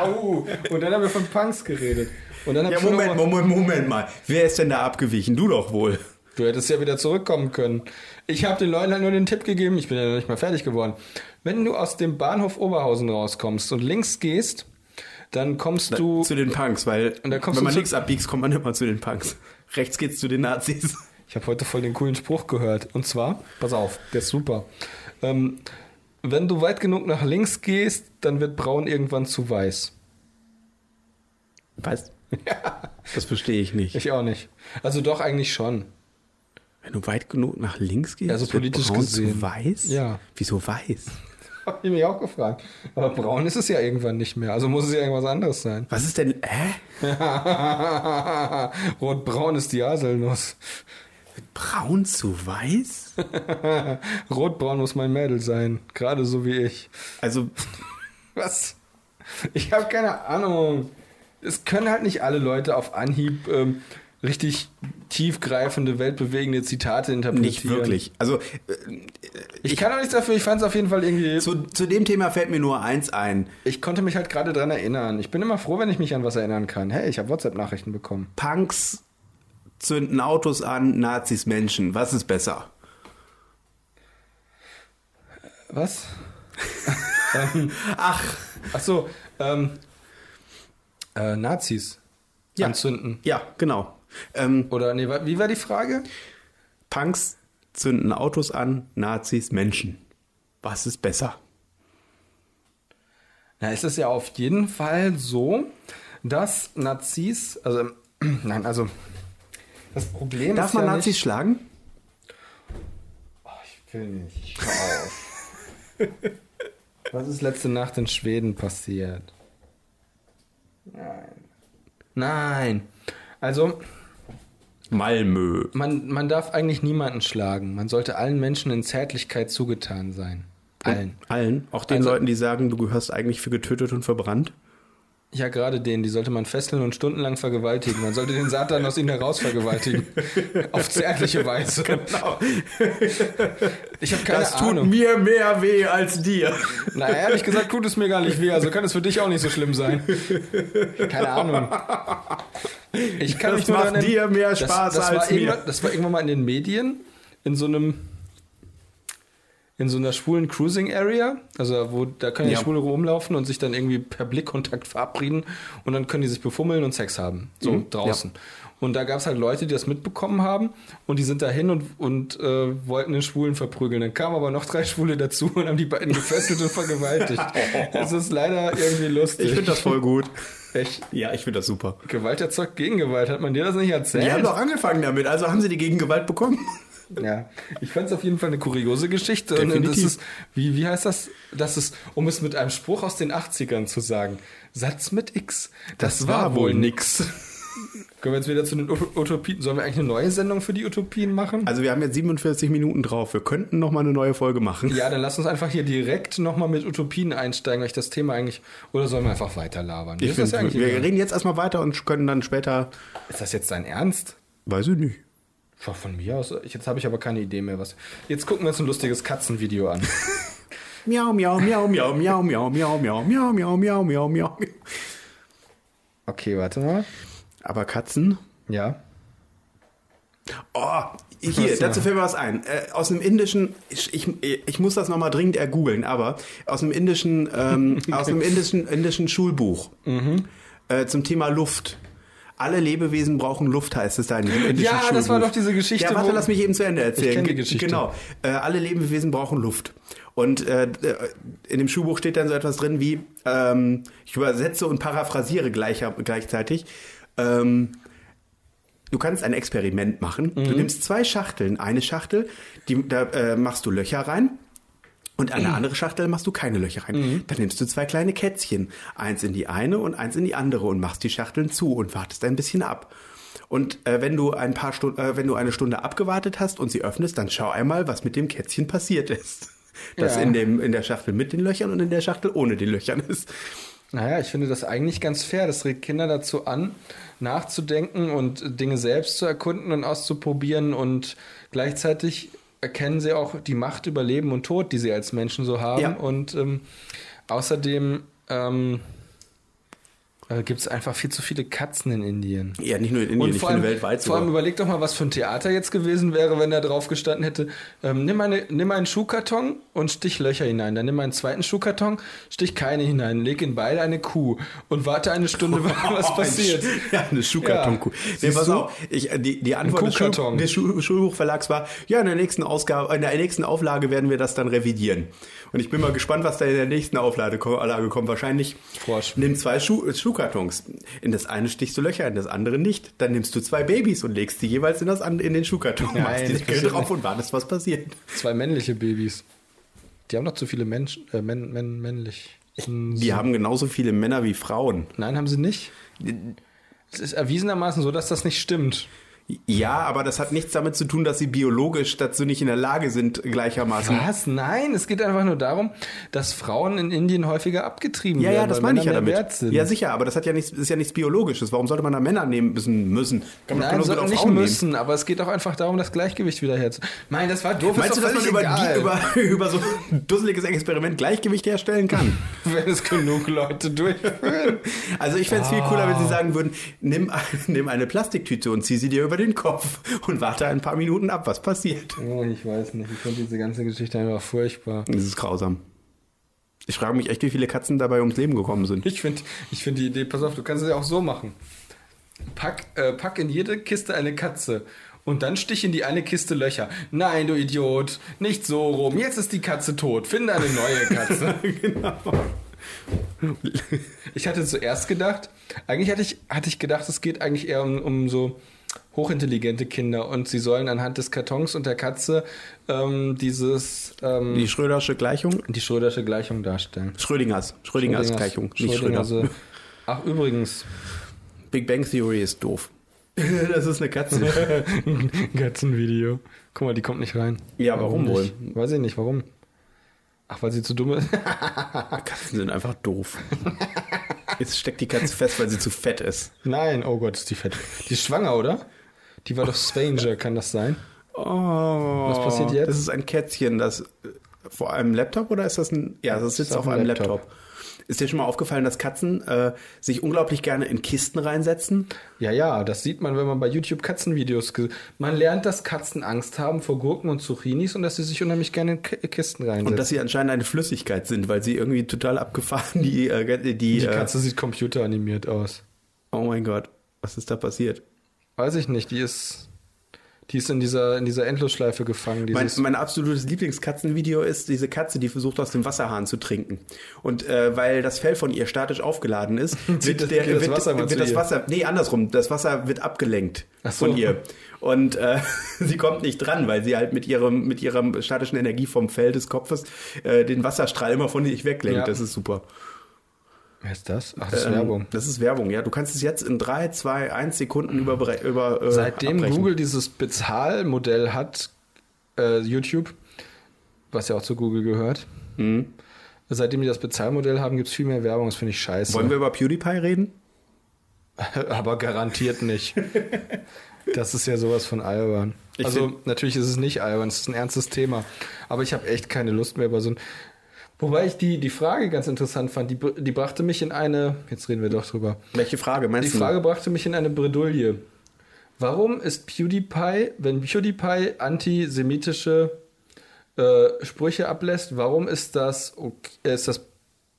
S1: Au. Und dann haben wir von Punks geredet. Und dann hab
S2: Ja,
S1: ich schon
S2: Moment,
S1: nochmal-
S2: Moment, Moment mal. Wer ist denn da abgewichen? Du doch wohl.
S1: Du hättest ja wieder zurückkommen können. Ich habe den Leuten halt nur den Tipp gegeben, ich bin ja noch nicht mal fertig geworden. Wenn du aus dem Bahnhof Oberhausen rauskommst und links gehst, dann kommst du
S2: Äh, zu den Punks, weil
S1: Und da kommst du
S2: wenn man
S1: zu-
S2: *laughs* links abbiegt, kommt man immer zu den Punks. Rechts geht's zu den Nazis.
S1: Ich habe heute voll den coolen Spruch gehört. Und zwar, pass auf, der ist super. Ähm, wenn du weit genug nach links gehst, dann wird braun irgendwann zu weiß.
S2: Was? *laughs* Das verstehe ich nicht.
S1: Ich auch nicht. Also doch eigentlich schon. *laughs*
S2: Wenn du weit genug nach links gehst,
S1: Also
S2: wird
S1: politisch
S2: braun
S1: gesehen.
S2: zu weiß?
S1: Ja.
S2: Wieso weiß?
S1: Hab ich mich auch gefragt. Aber braun ist es ja irgendwann nicht mehr. Also muss es ja irgendwas anderes sein. *laughs*
S2: Was ist denn? Hä?
S1: Rotbraun ist die Haselnuss.
S2: Braun zu weiß?
S1: Rotbraun muss mein Mädel sein. Gerade so wie ich. *laughs*
S2: Also
S1: Was? Ich habe keine Ahnung. Es können halt nicht alle Leute auf Anhieb ähm, richtig tiefgreifende, weltbewegende Zitate interpretieren.
S2: nicht wirklich. Also
S1: Ich kann auch nichts dafür. Ich fand es auf jeden Fall irgendwie.
S2: zu, zu dem Thema fällt mir nur eins ein.
S1: ich konnte mich halt gerade dran erinnern. Ich bin immer froh, wenn ich mich an was erinnern kann. Hey, ich habe WhatsApp-Nachrichten bekommen.
S2: Punks zünden Autos an, Nazis Menschen. Was ist besser?
S1: Was?
S2: Ach,
S1: Ach so. Ähm, äh, Nazis
S2: Ja.
S1: anzünden.
S2: ja, genau. Ähm,
S1: Oder nee, wa- wie war die Frage?
S2: Punks zünden Autos an, Nazis Menschen. Was ist besser?
S1: Na, es ist ja auf jeden Fall so, dass Nazis, also, *clears throat* nein, also, das Problem
S2: Darf
S1: ist
S2: man
S1: ja
S2: Nazis
S1: nicht, Oh,
S2: schlagen?
S1: Ich will nicht, ich hör auf. Was ist letzte Nacht in Schweden passiert? Nein. Nein. Also,
S2: Malmö.
S1: man, man darf eigentlich niemanden schlagen. Man sollte allen Menschen in Zärtlichkeit zugetan sein. Allen.
S2: Allen. Auch den
S1: Also-
S2: Leuten, die sagen, du gehörst eigentlich für getötet und verbrannt.
S1: Ja, gerade den, die sollte man fesseln und stundenlang vergewaltigen. Man sollte den Satan aus ihnen heraus
S2: *laughs*
S1: vergewaltigen. Auf zärtliche Weise. Ich habe keine Ahnung.
S2: Genau. mir mehr weh als dir.
S1: Na, ehrlich gesagt, tut es mir gar nicht weh. Also kann es für dich auch nicht so schlimm sein. Keine Ahnung. Ich kann
S2: Das
S1: mich nur
S2: macht
S1: daran-
S2: dir mehr
S1: das,
S2: Spaß
S1: das
S2: als
S1: war
S2: mir.
S1: irgendwann- Das war irgendwann mal in den Medien, in so einem in so einer schwulen Cruising Area, also wo da können ja.
S2: Ja.
S1: Schwule rumlaufen und sich dann irgendwie per Blickkontakt verabreden und dann können die sich befummeln und Sex haben,
S2: Mhm.
S1: so draußen. Und da gab es halt Leute, die das mitbekommen haben und die sind dahin und, und äh, wollten den Schwulen verprügeln. Dann kamen aber noch drei Schwule dazu *laughs* und haben die beiden gefesselt und
S2: *laughs*
S1: vergewaltigt. Es ist leider irgendwie lustig.
S2: Ich finde das voll gut.
S1: echt.
S2: Ja, ich finde das super.
S1: Gewalt erzeugt Gegengewalt. Hat man dir das nicht erzählt?
S2: Die haben doch angefangen damit, also haben sie die Gegengewalt bekommen.
S1: Ja, ich fand es auf jeden Fall eine kuriose Geschichte. Und das
S2: Definitiv.
S1: ist, wie, wie heißt das? Das ist, um es mit einem Spruch aus den 80ern zu sagen, Satz mit X, das, war wohl nix. *laughs* Können wir jetzt wieder zu den Ut- Utopien, sollen wir eigentlich eine neue Sendung für die Utopien machen?
S2: Also wir haben jetzt 47 Minuten drauf. Wir könnten noch mal eine neue Folge machen.
S1: ja, dann lass uns einfach hier direkt nochmal mit Utopien einsteigen, weil ich das Thema eigentlich, oder sollen wir einfach weiter labern? Mir ist
S2: Ich
S1: das
S2: find,
S1: ja
S2: wir
S1: eigentlich egal.
S2: reden jetzt erstmal weiter und können dann später,
S1: Ist das jetzt dein Ernst?
S2: weiß ich nicht.
S1: Von- Von mir aus, jetzt habe ich aber keine Idee mehr, was. Jetzt gucken wir uns ein lustiges Katzenvideo
S2: *laughs*
S1: an.
S2: Miau, miau, miau, miau, miau, miau, miau, miau, miau, miau, miau, miau, miau.
S1: Okay, warte mal.
S2: Aber Katzen?
S1: Ja.
S2: Oh, hier,
S1: Was
S2: dazu
S1: denn?
S2: fällt mir was ein. Äh, aus einem indischen, ich, ich, ich muss das nochmal dringend ergoogeln, aber aus einem indischen,
S1: *laughs*
S2: ähm, aus einem indischen, indischen Schulbuch
S1: Mhm.
S2: äh, zum Thema Luft. Alle Lebewesen brauchen Luft, heißt es da in diesem indischen
S1: Ja,
S2: Schulbuch.
S1: das war doch diese Geschichte,
S2: Ja, warte,
S1: wo-
S2: lass mich eben zu Ende erzählen.
S1: Ich kenn die
S2: Ge-
S1: Geschichte.
S2: Genau. Äh, alle Lebewesen brauchen Luft. Und äh, d- in dem Schulbuch steht dann so etwas drin wie, ähm, ich übersetze und paraphrasiere gleich, gleichzeitig, ähm, Du kannst ein Experiment machen.
S1: Mhm.
S2: Du nimmst zwei Schachteln. Eine Schachtel, die, da äh, machst du Löcher rein. Und
S1: Mhm.
S2: an eine andere Schachtel machst du keine Löcher rein. Dann nimmst du zwei kleine Kätzchen. Eins in die eine und eins in die andere und machst die Schachteln zu und wartest ein bisschen ab. Und äh, wenn du ein paar Stunden, äh, wenn du eine Stunde abgewartet hast und sie öffnest, dann schau einmal, was mit dem Kätzchen passiert ist. *laughs* Das
S1: Ja.
S2: in, dem, in der Schachtel mit den Löchern und in der Schachtel ohne den Löchern ist.
S1: Naja, ich finde das eigentlich ganz fair. Das regt Kinder dazu an, nachzudenken und Dinge selbst zu erkunden und auszuprobieren. Und gleichzeitig erkennen sie auch die Macht über Leben und Tod, die sie als ähm, Menschen so haben.
S2: Ja.
S1: Und ähm, außerdem ähm, äh, gibt es einfach viel zu viele Katzen in Indien.
S2: Ja, nicht nur in Indien,
S1: Und
S2: ich
S1: vor
S2: finde
S1: allem,
S2: weltweit
S1: vor allem
S2: sogar.
S1: überleg doch mal, was für ein Theater jetzt gewesen wäre, wenn da drauf gestanden hätte, ähm, nimm, eine, nimm einen Schuhkarton und stich Löcher hinein. Dann nimm einen zweiten Schuhkarton, stich keine hinein, leg in beide eine Kuh und warte eine
S2: *laughs*
S1: Stunde, *laughs* was passiert.
S2: Oh, Ein Sch- *laughs* Ja, eine Schuhkartonkuh.
S1: Ja.
S2: Nee,
S1: Siehst
S2: pass
S1: du?
S2: auf. Ich, äh, die, die Antwort des, Schul
S1: Kuhkarton.
S2: des Schu- Schulbuchverlags war, ja, in der nächsten Ausgabe, in der nächsten Auflage werden wir das dann revidieren. Und ich bin mal gespannt, was da in der nächsten Auflage ko- Auflage kommt. Wahrscheinlich
S1: Frosch.
S2: nimm zwei Schuh äh, Schuhkartons. In das eine stichst du Löcher, in das andere nicht. Dann nimmst du zwei Babys und legst die jeweils in, das an in den Schuhkarton.
S1: Nein,
S2: machst die
S1: das
S2: Deckel
S1: passiert
S2: drauf
S1: nicht.
S2: und wartest, was passiert.
S1: Zwei männliche Babys. Die haben doch zu viele Menschen, äh, män, män, männlich. Hm,
S2: Die haben genauso viele Männer wie Frauen.
S1: Nein, haben sie nicht. Es ist erwiesenermaßen so, dass das nicht stimmt.
S2: Ja, aber das hat nichts damit zu tun, dass sie biologisch dazu nicht in der Lage sind, gleichermaßen
S1: Was? Nein, es geht einfach nur darum, dass Frauen in Indien häufiger abgetrieben
S2: Ja,
S1: werden.
S2: ja, das
S1: weil
S2: meine ich ja
S1: Männer mehr
S2: damit.
S1: wert Sind.
S2: Ja, sicher, aber das hat ja nichts, ist ja nichts Biologisches. Warum sollte man da Männer nehmen müssen? müssen? Kann man doch
S1: Nein,
S2: genauso
S1: soll
S2: gut auch
S1: nicht
S2: Frauen nehmen.
S1: müssen, aber es geht auch einfach darum, das Gleichgewicht wieder herzustellen. Nein, das war doof.
S2: Meinst du,
S1: ist
S2: dass
S1: doch
S2: man
S1: völlig
S2: über,
S1: egal,
S2: die, über, *laughs* über so ein dusseliges Experiment Gleichgewicht herstellen *laughs* kann?
S1: *laughs* wenn es genug Leute durchführen?
S2: Also ich fänd's viel cooler, wenn sie sagen würden, nimm, *laughs* nimm eine Plastiktüte und zieh sie dir über den Kopf und warte ein paar Minuten ab, was passiert.
S1: Oh, ich weiß nicht. Ich finde diese ganze Geschichte einfach furchtbar.
S2: Das ist grausam. Ich frage mich echt, wie viele Katzen dabei ums Leben gekommen sind.
S1: Ich finde ich find die Idee, pass auf, du kannst es ja auch so machen. Pack, äh, pack in jede Kiste eine Katze und dann stich in die eine Kiste Löcher. Nein, du Idiot, nicht so rum. Jetzt ist die Katze tot. Finde eine neue Katze. Ich hatte zuerst gedacht, eigentlich hatte ich, hatte ich gedacht, es geht eigentlich eher um, um so hochintelligente Kinder und sie sollen anhand des Kartons und der Katze ähm, dieses ähm,
S2: Die Schrödersche Gleichung?
S1: die Schrödersche Gleichung darstellen.
S2: Schrödingers. Schrödingers, äh, Gleichung, nicht Schröder.
S1: Schrödingers- äh,
S2: *laughs*
S1: Ach, *laughs* übrigens,
S2: Big Bang Theory ist doof. *laughs* das ist eine Katze.
S1: Katzenvideo. Guck mal, die kommt nicht rein.
S2: Ja, warum
S1: nicht? Weiß ich nicht, warum. Ach, weil sie zu dumm ist. *laughs*
S2: *laughs* Katzen sind einfach doof. Jetzt steckt die Katze fest, weil sie zu fett ist.
S1: Nein, oh Gott, ist die fett. Die ist schwanger, oder? Die war doch Stranger, kann das sein?
S2: Oh. Was
S1: passiert jetzt?
S2: Das ist ein Kätzchen, das äh, vor einem Laptop oder ist das ein. Ja, das sitzt
S1: ist
S2: auf einem Laptop. Ist dir schon mal aufgefallen, dass Katzen äh, sich unglaublich gerne in Kisten reinsetzen?
S1: Ja, ja, das sieht man, wenn man bei YouTube Katzenvideos. ge- Man lernt, dass Katzen Angst haben vor Gurken und Zucchinis und dass sie sich unheimlich gerne in K Kisten reinsetzen.
S2: Und dass sie anscheinend eine Flüssigkeit sind, weil sie irgendwie total abgefahren die. Äh, die,
S1: die
S2: äh,
S1: Katze sieht computeranimiert aus.
S2: Oh mein Gott, was ist da passiert?
S1: Weiß ich nicht, die ist. Die ist in dieser, in dieser Endlosschleife gefangen.
S2: Mein,
S1: Dieses,
S2: mein absolutes Lieblingskatzenvideo ist diese Katze, die versucht aus dem Wasserhahn zu trinken. Und äh, weil das Fell von ihr statisch aufgeladen ist,
S1: *laughs* Zieht das-
S2: wird, der,
S1: geht das
S2: wird,
S1: Wasser mal zu
S2: wird das
S1: ihr.
S2: Wasser, nee, andersrum, das Wasser wird abgelenkt
S1: Ach so.
S2: von ihr. Und äh, *laughs* sie kommt nicht dran, weil sie halt mit ihrem mit ihrer statischen Energie vom Fell des Kopfes äh, den Wasserstrahl immer von sich weglenkt.
S1: Ja.
S2: Das ist super.
S1: Wer ist das? Ach, das ist
S2: Ähm,
S1: Werbung. Hm.
S2: Das ist Werbung, ja. Du kannst es jetzt in 3, 2, 1 Sekunden über, über äh,
S1: Seitdem
S2: abbrechen.
S1: Google dieses Bezahlmodell hat, äh, YouTube, was ja auch zu Google gehört, Mhm. seitdem die das Bezahlmodell haben, gibt es viel mehr Werbung. Das finde ich scheiße.
S2: Wollen wir über PewDiePie reden?
S1: *laughs* Aber garantiert nicht. Das ist ja sowas von albern.
S2: Ich
S1: also natürlich ist es nicht albern, es ist ein ernstes Thema. Aber ich habe echt keine Lust mehr bei so einem. Wobei ich die, die Frage ganz interessant fand, die, br- die brachte mich in eine, jetzt reden wir doch drüber,
S2: Welche Frage
S1: die
S2: meinst du?
S1: Frage brachte mich in eine Bredouille. Warum ist PewDiePie, wenn PewDiePie antisemitische äh, Sprüche ablässt, warum ist das, ok- äh, ist das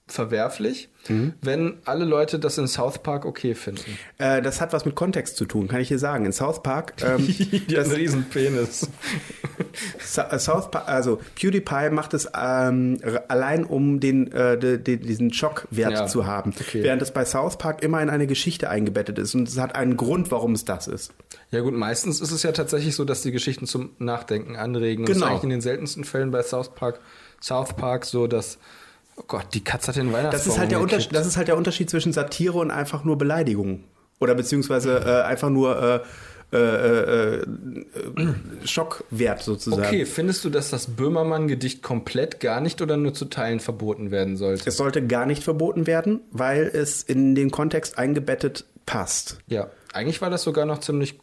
S1: verwerflich,
S2: Mhm.
S1: wenn alle Leute das in South Park okay finden?
S2: Äh, das hat was mit Kontext zu tun, kann ich dir sagen. In South
S1: *laughs*
S2: Park, ähm,
S1: Die hat einen riesen Penis.
S2: Sa- äh, South Park, also PewDiePie macht es ähm, r- allein, um den, äh, de, de, diesen Schockwert
S1: Ja,
S2: zu haben,
S1: okay.
S2: während es bei South Park immer in eine Geschichte eingebettet ist und es hat einen Grund, warum es das ist.
S1: Ja gut, meistens ist es ja tatsächlich so, dass die Geschichten zum Nachdenken anregen. Und es ist
S2: Genau.
S1: eigentlich in den seltensten Fällen bei South Park, South Park so, dass oh Gott, die Katze hat den Weihnachtsbaum.
S2: Das ist halt der
S1: umgekippt.
S2: Unterschied. Das ist halt der Unterschied zwischen Satire und einfach nur Beleidigung oder beziehungsweise äh, einfach nur äh, äh, äh, äh, äh, Schockwert sozusagen.
S1: Okay, findest du, dass das Böhmermann-Gedicht komplett gar nicht oder nur zu Teilen verboten werden sollte?
S2: Es sollte gar nicht verboten werden, weil es in den Kontext eingebettet passt.
S1: ja, eigentlich war das sogar noch ziemlich.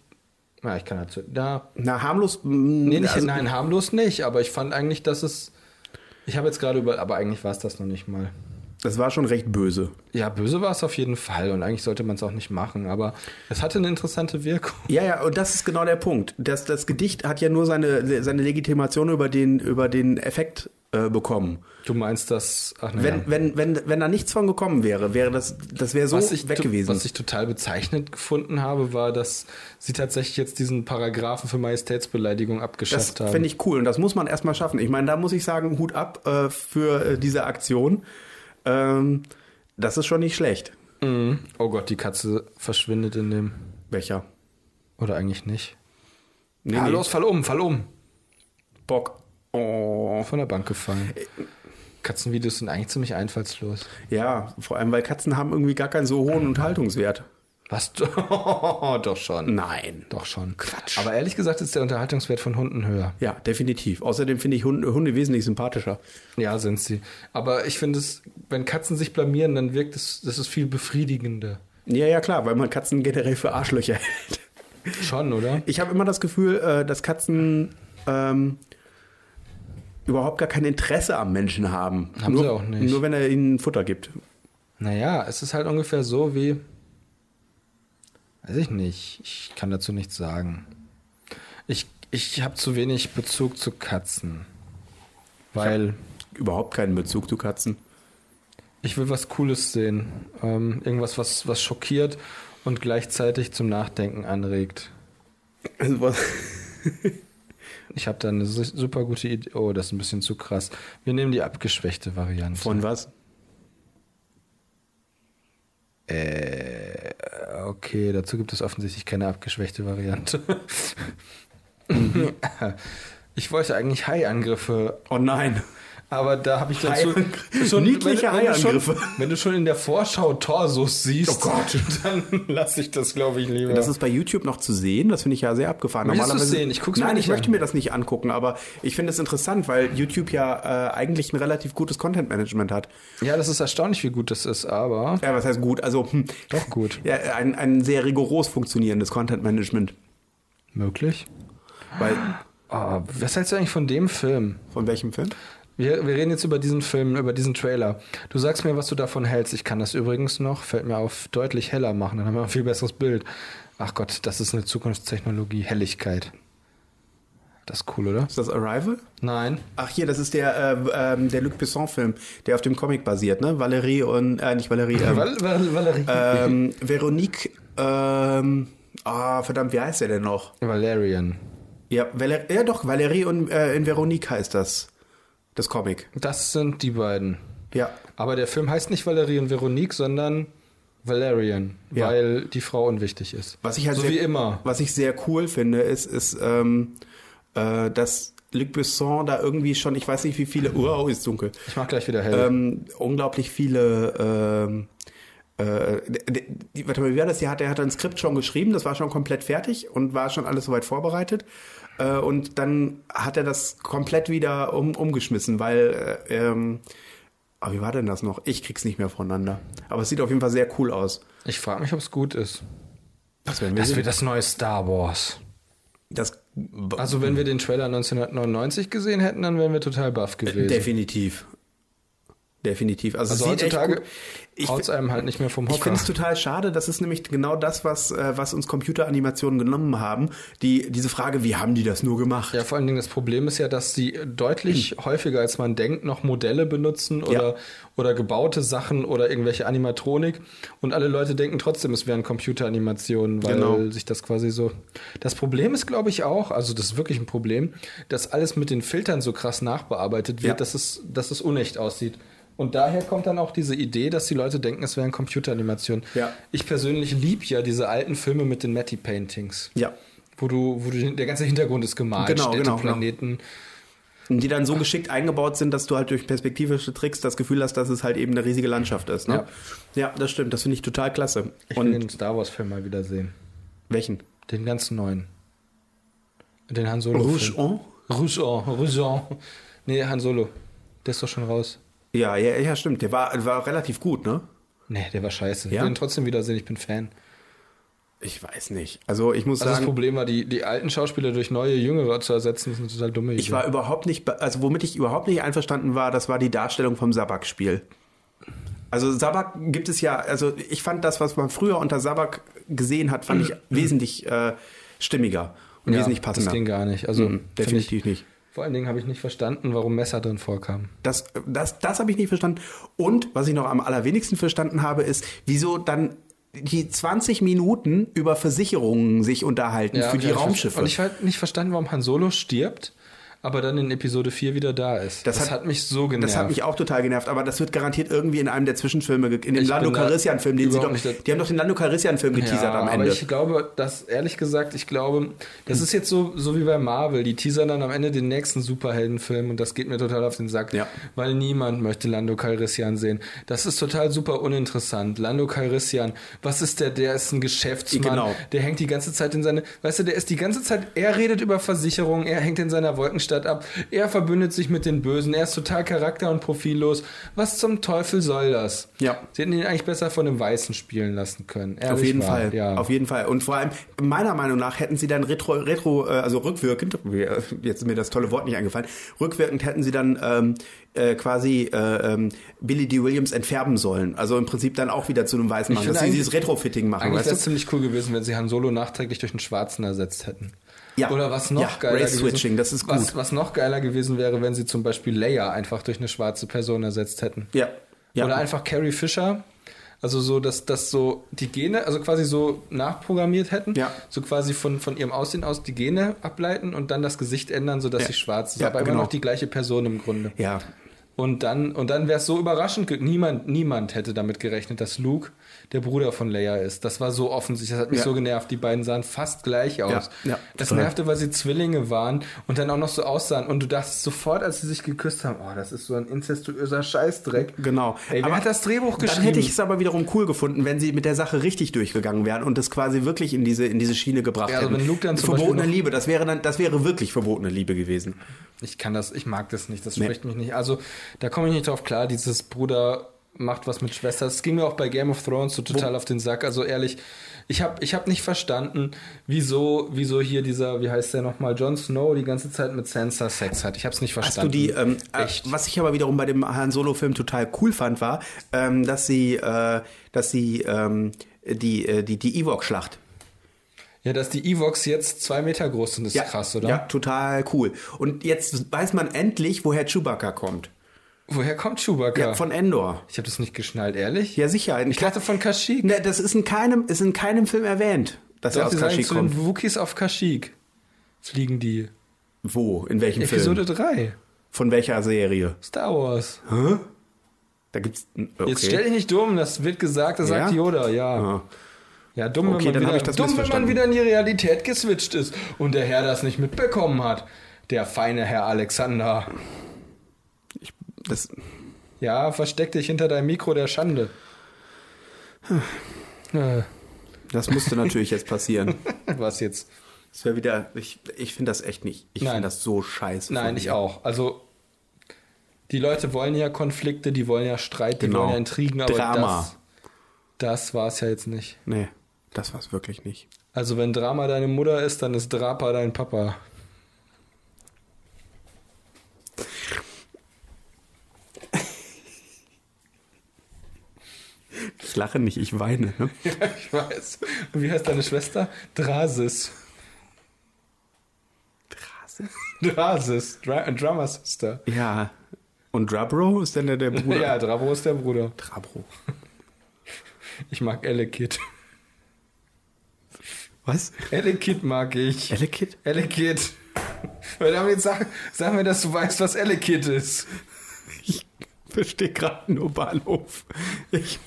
S1: Na, ich kann dazu. Na,
S2: Na, harmlos. mm, also,
S1: nee, nicht, nein, harmlos nicht, aber ich fand eigentlich, dass es. Ich habe jetzt gerade über. Aber eigentlich war es das noch nicht mal.
S2: Das war schon recht böse.
S1: Ja, böse war es auf jeden Fall und eigentlich sollte man es auch nicht machen, aber es hatte eine interessante Wirkung.
S2: Ja, ja, und das ist genau der Punkt. Das, das Gedicht hat ja nur seine, seine Legitimation über den, über den Effekt äh, bekommen.
S1: Du meinst das, ach na
S2: Wenn,
S1: ja.
S2: wenn, wenn, wenn da nichts von gekommen wäre, wäre das, das wäre so
S1: was ich,
S2: weg
S1: to-
S2: gewesen.
S1: was ich total bezeichnend gefunden habe, war, dass sie tatsächlich jetzt diesen Paragraphen für Majestätsbeleidigung
S2: das
S1: abgeschafft haben.
S2: finde ich cool und das muss man erstmal schaffen. Ich meine, da muss ich sagen, Hut ab äh, für äh, diese Aktion. Ähm, das ist schon nicht schlecht.
S1: Mhm. Oh Gott, die Katze verschwindet in dem.
S2: Welcher?
S1: Oder eigentlich nicht.
S2: Nee,
S1: ja,
S2: nee.
S1: los, fall um, fall um.
S2: Bock. Oh.
S1: Von der Bank gefallen. Katzenvideos sind eigentlich ziemlich einfallslos.
S2: Ja, vor allem, weil Katzen haben irgendwie gar keinen so hohen Unterhaltungswert.
S1: Was? *laughs* Oh, Doch schon.
S2: Nein.
S1: Doch schon. Quatsch. Aber ehrlich gesagt ist der Unterhaltungswert von Hunden höher.
S2: Ja, definitiv. Außerdem finde ich Hunde, Hunde wesentlich sympathischer.
S1: Ja, sind sie. Aber ich finde es, wenn Katzen sich blamieren, dann wirkt es, das ist viel befriedigender.
S2: Ja, ja, klar, weil man Katzen generell für Arschlöcher hält.
S1: Schon, oder?
S2: Ich habe immer das Gefühl, äh, dass Katzen ähm, überhaupt gar kein Interesse am Menschen haben.
S1: Haben
S2: nur,
S1: sie auch nicht.
S2: Nur wenn er ihnen Futter gibt.
S1: Naja, es ist halt ungefähr so wie. Weiß ich nicht. Ich kann dazu nichts sagen. Ich, ich habe zu wenig Bezug zu Katzen. Weil
S2: Überhaupt keinen Bezug zu Katzen.
S1: ich will was Cooles sehen. Ähm, irgendwas, was, was schockiert und gleichzeitig zum Nachdenken anregt.
S2: Also was,
S1: Ich habe da eine su- super gute Idee. Oh, das ist ein bisschen zu krass. Wir nehmen die abgeschwächte Variante.
S2: von was?
S1: Äh, okay, dazu gibt es offensichtlich keine abgeschwächte Variante. *laughs* ich wollte eigentlich Hai-Angriffe,
S2: Oh nein.
S1: aber da habe ich dazu
S2: Hai-Angr- Niedliche
S1: wenn- wenn du schon-
S2: Hai-Angriffe.
S1: Wenn du schon in der Vorschau Torsos siehst,
S2: Oh Gott.
S1: *laughs* dann lasse ich das, glaube ich, lieber.
S2: Das ist bei YouTube noch zu sehen. Das finde ich ja sehr abgefahren.
S1: Willst du's sehen? Ich guck's mir
S2: Nein,
S1: nicht
S2: ich möchte
S1: an.
S2: mir das nicht angucken, aber ich finde es interessant, weil YouTube ja äh, eigentlich ein relativ gutes Content-Management hat.
S1: ja, das ist erstaunlich, wie gut das ist, aber
S2: Ja, was heißt gut? Also hm,
S1: doch gut.
S2: ja, ein, ein sehr rigoros funktionierendes Content-Management.
S1: Möglich.
S2: Weil
S1: Ah, was hältst du eigentlich von dem Film?
S2: von welchem Film?
S1: Wir, wir reden jetzt über diesen Film, über diesen Trailer. Du sagst mir, was du davon hältst. Ich kann das übrigens noch, fällt mir auf, deutlich heller machen. Dann haben wir ein viel besseres Bild. Ach Gott, das ist eine Zukunftstechnologie. Helligkeit. Das ist cool, oder?
S2: Ist das Arrival?
S1: Nein.
S2: Ach hier, das ist der äh, ähm, der Luc Besson-Film, der auf dem Comic basiert, ne? Valerie und äh, nicht Valerie. Ähm,
S1: Val Val Valerie.
S2: ähm, Veronique. Ähm, ah, verdammt, wie heißt der denn noch?
S1: Valerian.
S2: Ja, Valer ja doch, Valerie und äh, in Veronique heißt das. Das Comic.
S1: Das sind die beiden.
S2: Ja.
S1: Aber der Film heißt nicht Valerie und Veronique, sondern Valerian,
S2: Ja.
S1: weil die Frau unwichtig ist.
S2: Was ich halt
S1: so
S2: sehr,
S1: wie immer.
S2: Was ich sehr cool finde, ist, ist ähm, äh, dass Luc Besson da irgendwie schon, ich weiß nicht wie viele, oh, ist dunkel,
S1: Ich mach gleich wieder hell.
S2: ähm, unglaublich viele, ähm, äh, d- d- die- warte mal, wie war das? Der hat, der hat ein Skript schon geschrieben, das war schon komplett fertig und war schon alles soweit vorbereitet. Äh, und dann hat er das komplett wieder um, umgeschmissen, weil, äh, ähm, aber wie war denn das noch? Ich krieg's nicht mehr voneinander. Aber es sieht auf jeden Fall sehr cool aus.
S1: ich frage mich, ob es gut ist.
S2: Das werden wir
S1: Das
S2: sehen.
S1: wird das neue Star Wars.
S2: Das,
S1: Also wenn wir den Trailer 1999 gesehen hätten, dann wären wir total baff
S2: Äh,
S1: gewesen.
S2: definitiv. Definitiv. Also,
S1: also
S2: es sieht echt
S1: heutzutage
S2: gut- Ich
S1: haut es einem halt nicht mehr vom
S2: Ich
S1: Hocker.
S2: finde es total schade, das ist nämlich genau das, was, äh, was uns Computeranimationen genommen haben. Die, diese Frage, wie haben die das nur gemacht?
S1: Ja, vor allen Dingen das Problem ist ja, dass sie deutlich häufiger als man denkt noch Modelle benutzen oder,
S2: Mhm. Ja.
S1: oder gebaute Sachen oder irgendwelche Animatronik und alle Leute denken trotzdem, es wären Computeranimationen, weil
S2: Genau.
S1: sich das quasi so. Das Problem ist, glaube ich, auch, also das ist wirklich ein Problem, dass alles mit den Filtern so krass nachbearbeitet wird,
S2: Ja.
S1: dass, es, dass es unecht aussieht. Und daher kommt dann auch diese Idee, dass die Leute denken, es wären Computeranimationen.
S2: Ja.
S1: Ich persönlich liebe ja diese alten Filme mit den Matty-Paintings.
S2: Ja.
S1: Wo du, wo du, der ganze Hintergrund ist gemalt,
S2: Genau,
S1: Städte,
S2: genau, genau.
S1: Planeten.
S2: Und die dann so geschickt eingebaut sind, dass du halt durch perspektivische Tricks das Gefühl hast, dass es halt eben eine riesige Landschaft ist. Ne? Ja. das stimmt. Das finde ich total klasse.
S1: Ich will
S2: Und
S1: den Star Wars Film mal wieder sehen.
S2: welchen?
S1: Den ganz neuen. Den Han Solo.
S2: Rouge On?
S1: Rouge en. Rouge en. Nee, Han Solo. Der ist doch schon raus.
S2: Ja, ja, ja, stimmt. Der war, war relativ gut, ne?
S1: Nee, der war scheiße. Ich
S2: Ja?
S1: will den trotzdem wiedersehen, ich bin Fan.
S2: Ich weiß nicht. Also ich muss
S1: Also das
S2: sagen,
S1: Problem war, die, die alten Schauspieler durch neue, jüngere zu ersetzen, ist eine total dumme Idee.
S2: ich war überhaupt nicht, be- also womit ich überhaupt nicht einverstanden war, das war die Darstellung vom Sabak-Spiel. Also Sabak gibt es ja, also ich fand das, was man früher unter Sabak gesehen
S1: *clears throat*
S2: hat, fand ich wesentlich äh, stimmiger und wesentlich passender.
S1: Das ging gar nicht. Also
S2: Mhm,
S1: find
S2: definitiv
S1: ich,
S2: nicht.
S1: Vor allen Dingen habe ich nicht verstanden, warum Messer drin vorkamen.
S2: Das, das, das habe ich nicht verstanden. Und was ich noch am allerwenigsten verstanden habe, ist, wieso dann die 20 Minuten über Versicherungen sich unterhalten
S1: Ja,
S2: für
S1: und
S2: die
S1: ich hab-
S2: Raumschiffe.
S1: Und ich habe nicht verstanden, warum Han Solo stirbt, aber dann in Episode 4 wieder da ist.
S2: Das hat-
S1: mich so genervt.
S2: das hat mich auch total genervt, aber das wird garantiert irgendwie in einem der Zwischenfilme, ge- in dem
S1: Ich
S2: Lando
S1: bin da
S2: Calrissian-Film, den sie doch,
S1: überhaupt nicht-
S2: die haben doch den Lando Calrissian-Film geteasert
S1: ja,
S2: am
S1: Aber
S2: Ende.
S1: ich glaube, dass, ehrlich gesagt, ich glaube, das ist jetzt so, so wie bei Marvel. Die teasern dann am Ende den nächsten Superheldenfilm und das geht mir total auf den Sack.
S2: Ja.
S1: Weil niemand möchte Lando Calrissian sehen. Das ist total super uninteressant. Lando Calrissian, was ist der? Der ist ein Geschäftsmann.
S2: Genau.
S1: Der hängt die ganze Zeit in seine, weißt du, der ist die ganze Zeit, er redet über Versicherungen, er hängt in seiner Wolkenstadt ab, er verbündet sich mit den Bösen, er ist total charakter- und profillos. Was zum Teufel soll das?
S2: Ja.
S1: Sie hätten ihn eigentlich besser von dem Weißen spielen lassen können.
S2: Auf
S1: Ehrlich
S2: jeden
S1: mal,
S2: Fall,
S1: Ja.
S2: auf jeden Fall. Und vor allem, meiner Meinung nach, hätten sie dann retro, retro äh, also rückwirkend, äh, jetzt ist mir das tolle Wort nicht eingefallen, rückwirkend hätten sie dann ähm, äh, quasi äh, ähm, Billy D. Williams entfärben sollen. Also im Prinzip dann auch wieder zu einem weißen machen,
S1: finde
S2: dass sie
S1: eigentlich-
S2: dieses Retrofitting machen,
S1: Eigentlich wäre es
S2: weißt du?
S1: ziemlich cool gewesen, wenn sie Han Solo nachträglich durch einen Schwarzen ersetzt hätten.
S2: Ja.
S1: Oder was noch
S2: Ja,
S1: geiler gewesen,
S2: Race-Switching, das ist gut.
S1: Was, was noch geiler gewesen wäre, wenn sie zum Beispiel Leia einfach durch eine schwarze Person ersetzt hätten.
S2: Ja. ja.
S1: Oder einfach Carrie Fisher. Also so, dass das so die Gene, also quasi so nachprogrammiert hätten,
S2: Ja.
S1: so quasi von, von ihrem Aussehen aus die Gene ableiten und dann das Gesicht ändern, sodass
S2: Ja.
S1: sie schwarz ist.
S2: Ja,
S1: aber
S2: genau.
S1: immer noch die gleiche Person im Grunde.
S2: Ja.
S1: Und dann, und dann wäre es so überraschend. ge- Niemand, niemand hätte damit gerechnet, dass Luke der Bruder von Leia ist. Das war so offensichtlich. Das hat mich
S2: Ja.
S1: so genervt. Die beiden sahen fast gleich aus.
S2: Ja, ja,
S1: das
S2: total.
S1: nervte, weil sie Zwillinge waren und dann auch noch so aussahen. Und du dachtest sofort, als sie sich geküsst haben, oh, das ist so ein inzestuöser Scheißdreck.
S2: Genau.
S1: Ey, wer hat das Drehbuch
S2: Dann
S1: geschrieben?
S2: hätte ich es aber wiederum cool gefunden, wenn sie mit der Sache richtig durchgegangen wären und das quasi wirklich in diese, in diese Schiene gebracht
S1: Ja, also
S2: hätten.
S1: wenn Luke dann zum
S2: verbotene
S1: Beispiel noch-
S2: Liebe, das wäre dann, das wäre wirklich verbotene Liebe gewesen.
S1: Ich kann das, ich mag das nicht, das spricht mich nicht. Also, da komme ich nicht drauf klar, dieses Bruder macht was mit Schwester. Das ging mir auch bei Game of Thrones so total auf den Sack. Also ehrlich, ich habe ich hab nicht verstanden, wieso, wieso hier dieser, wie heißt der nochmal, Jon Snow die ganze Zeit mit Sansa Sex hat. Ich habe es nicht
S2: Hast du
S1: verstanden.
S2: die, ähm, äh,
S1: Echt.
S2: was ich aber wiederum bei dem Han Solo-Film total cool fand, war, ähm, dass sie, äh, dass sie ähm, die, äh, die, die Ewok-Schlacht.
S1: ja, dass die Evox jetzt zwei Meter groß sind, ist krass, oder?
S2: Ja, total cool. Und jetzt weiß man endlich, woher Chewbacca kommt.
S1: Woher kommt Chewbacca?
S2: Ja, von Endor.
S1: ich habe das nicht geschnallt, ehrlich?
S2: Ja, sicher.
S1: Ich dachte von Kashyyyk.
S2: Ne, das ist in keinem, ist in keinem Film erwähnt, dass er
S1: Doch,
S2: aus
S1: sie sagen,
S2: Kashyyyk
S1: zu
S2: kommt.
S1: den Wookies auf Kashyyyk fliegen die.
S2: Wo? In welchem
S1: Episode
S2: Film?
S1: 3.
S2: Von welcher Serie?
S1: Star Wars.
S2: Da gibt's. Okay.
S1: Jetzt stell dich nicht dumm, das wird gesagt, das
S2: Ja?
S1: sagt Yoda, ja.
S2: Ah.
S1: Ja, dumm,
S2: Okay,
S1: wenn,
S2: dann
S1: man
S2: hab
S1: wieder,
S2: ich das
S1: dumm wenn
S2: missverstanden.
S1: man wieder in die Realität geswitcht ist und der Herr das nicht mitbekommen hat. Der feine Herr Alexander.
S2: Das,
S1: Ja, versteck dich hinter deinem Mikro der Schande. Äh,
S2: das musste natürlich jetzt passieren. *laughs*
S1: Was jetzt?
S2: Das wäre wieder. Ich, ich finde das echt nicht. Ich
S1: Nein.
S2: finde das so scheiße.
S1: Nein,
S2: von
S1: ich
S2: mir.
S1: auch. Also, die Leute wollen ja Konflikte, die wollen ja Streit, die
S2: Genau.
S1: wollen ja Intrigen, aber
S2: Drama.
S1: das, das war es ja jetzt nicht.
S2: Nee, das war's wirklich nicht.
S1: Also, wenn Drama deine Mutter ist, dann ist Drapa dein Papa.
S2: Ich lache nicht, ich weine. Ne?
S1: *laughs* Ich weiß. Und wie heißt deine Schwester? Drasis. Drasis. Dra Drummer Sister.
S2: Ja. Und Drabro ist dann der, der Bruder?
S1: *laughs* Ja, Drabo ist der Bruder.
S2: Drabro.
S1: Ich mag *laughs* Elekid.
S2: Was?
S1: Elekid mag ich.
S2: Elekid?
S1: Elekid. Weil damit sag, sag mir, dass du weißt, was Elekid ist.
S2: Ich *laughs* verstehe gerade nur Bahnhof. Ich,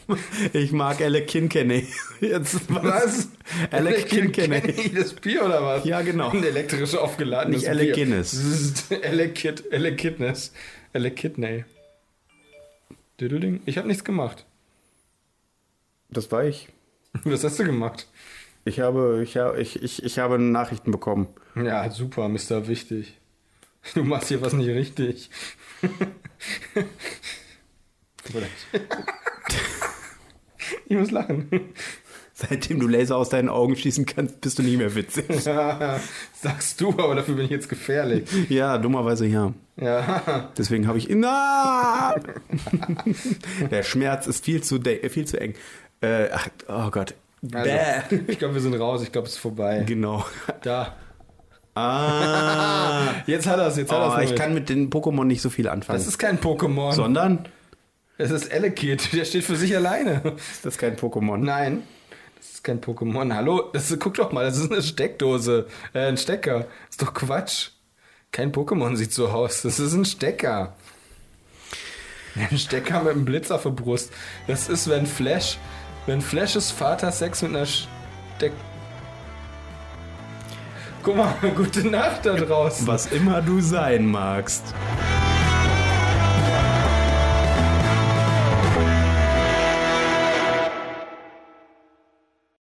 S2: ich mag Elekid kenne ich. *laughs* Jetzt *laughs*
S1: Was?
S2: Elekid kenne ich.
S1: Kid, das Bier oder was?
S2: Ja, genau.
S1: Ein elektrisch aufgeladenes
S2: Nicht Alec
S1: Bier. *laughs*
S2: Guinness.
S1: Zzzt. Elekid, Elekidness. Elekidney. Düdeling. Ich habe nichts gemacht.
S2: Das war ich.
S1: Was hast du gemacht?
S2: Ich habe, ich, habe- ich, ich, ich habe Nachrichten bekommen.
S1: Ja, super, Mr. Wichtig. Du machst hier was nicht
S2: *laughs*
S1: richtig. ich muss lachen.
S2: Seitdem du Laser aus deinen Augen schießen kannst, bist du nicht mehr witzig.
S1: *laughs*
S2: *laughs*
S1: Sagst du, aber dafür bin ich jetzt gefährlich.
S2: ja, dummerweise ja.
S1: Ja.
S2: Deswegen habe ich. *laughs* Na! Der Schmerz ist viel zu, de- viel zu eng. Äh, ach, oh Gott.
S1: Also,
S2: Bäh.
S1: ich glaube, wir sind raus. Ich glaube, es ist vorbei. *laughs*
S2: Genau.
S1: Da.
S2: Ah.
S1: Jetzt hat er es. Jetzt hat
S2: Oh,
S1: er es.
S2: ich kann mit den Pokémon nicht so viel anfangen.
S1: Das ist kein Pokémon.
S2: Sondern?
S1: es ist Elekid. Der steht für sich alleine.
S2: Ist das kein Pokémon?
S1: Nein. Das ist kein Pokémon. Hallo? Das, guck doch mal, das ist eine Steckdose. Äh, ein Stecker. Ist doch Quatsch. Kein Pokémon sieht so aus. Das ist ein Stecker. *laughs* Ein Stecker mit einem Blitzer auf der Brust. Das ist, wenn Flash. Wenn Flashes Vater Sex mit einer Steck. Guck mal, *laughs* gute Nacht da draußen.
S2: Was immer du sein magst.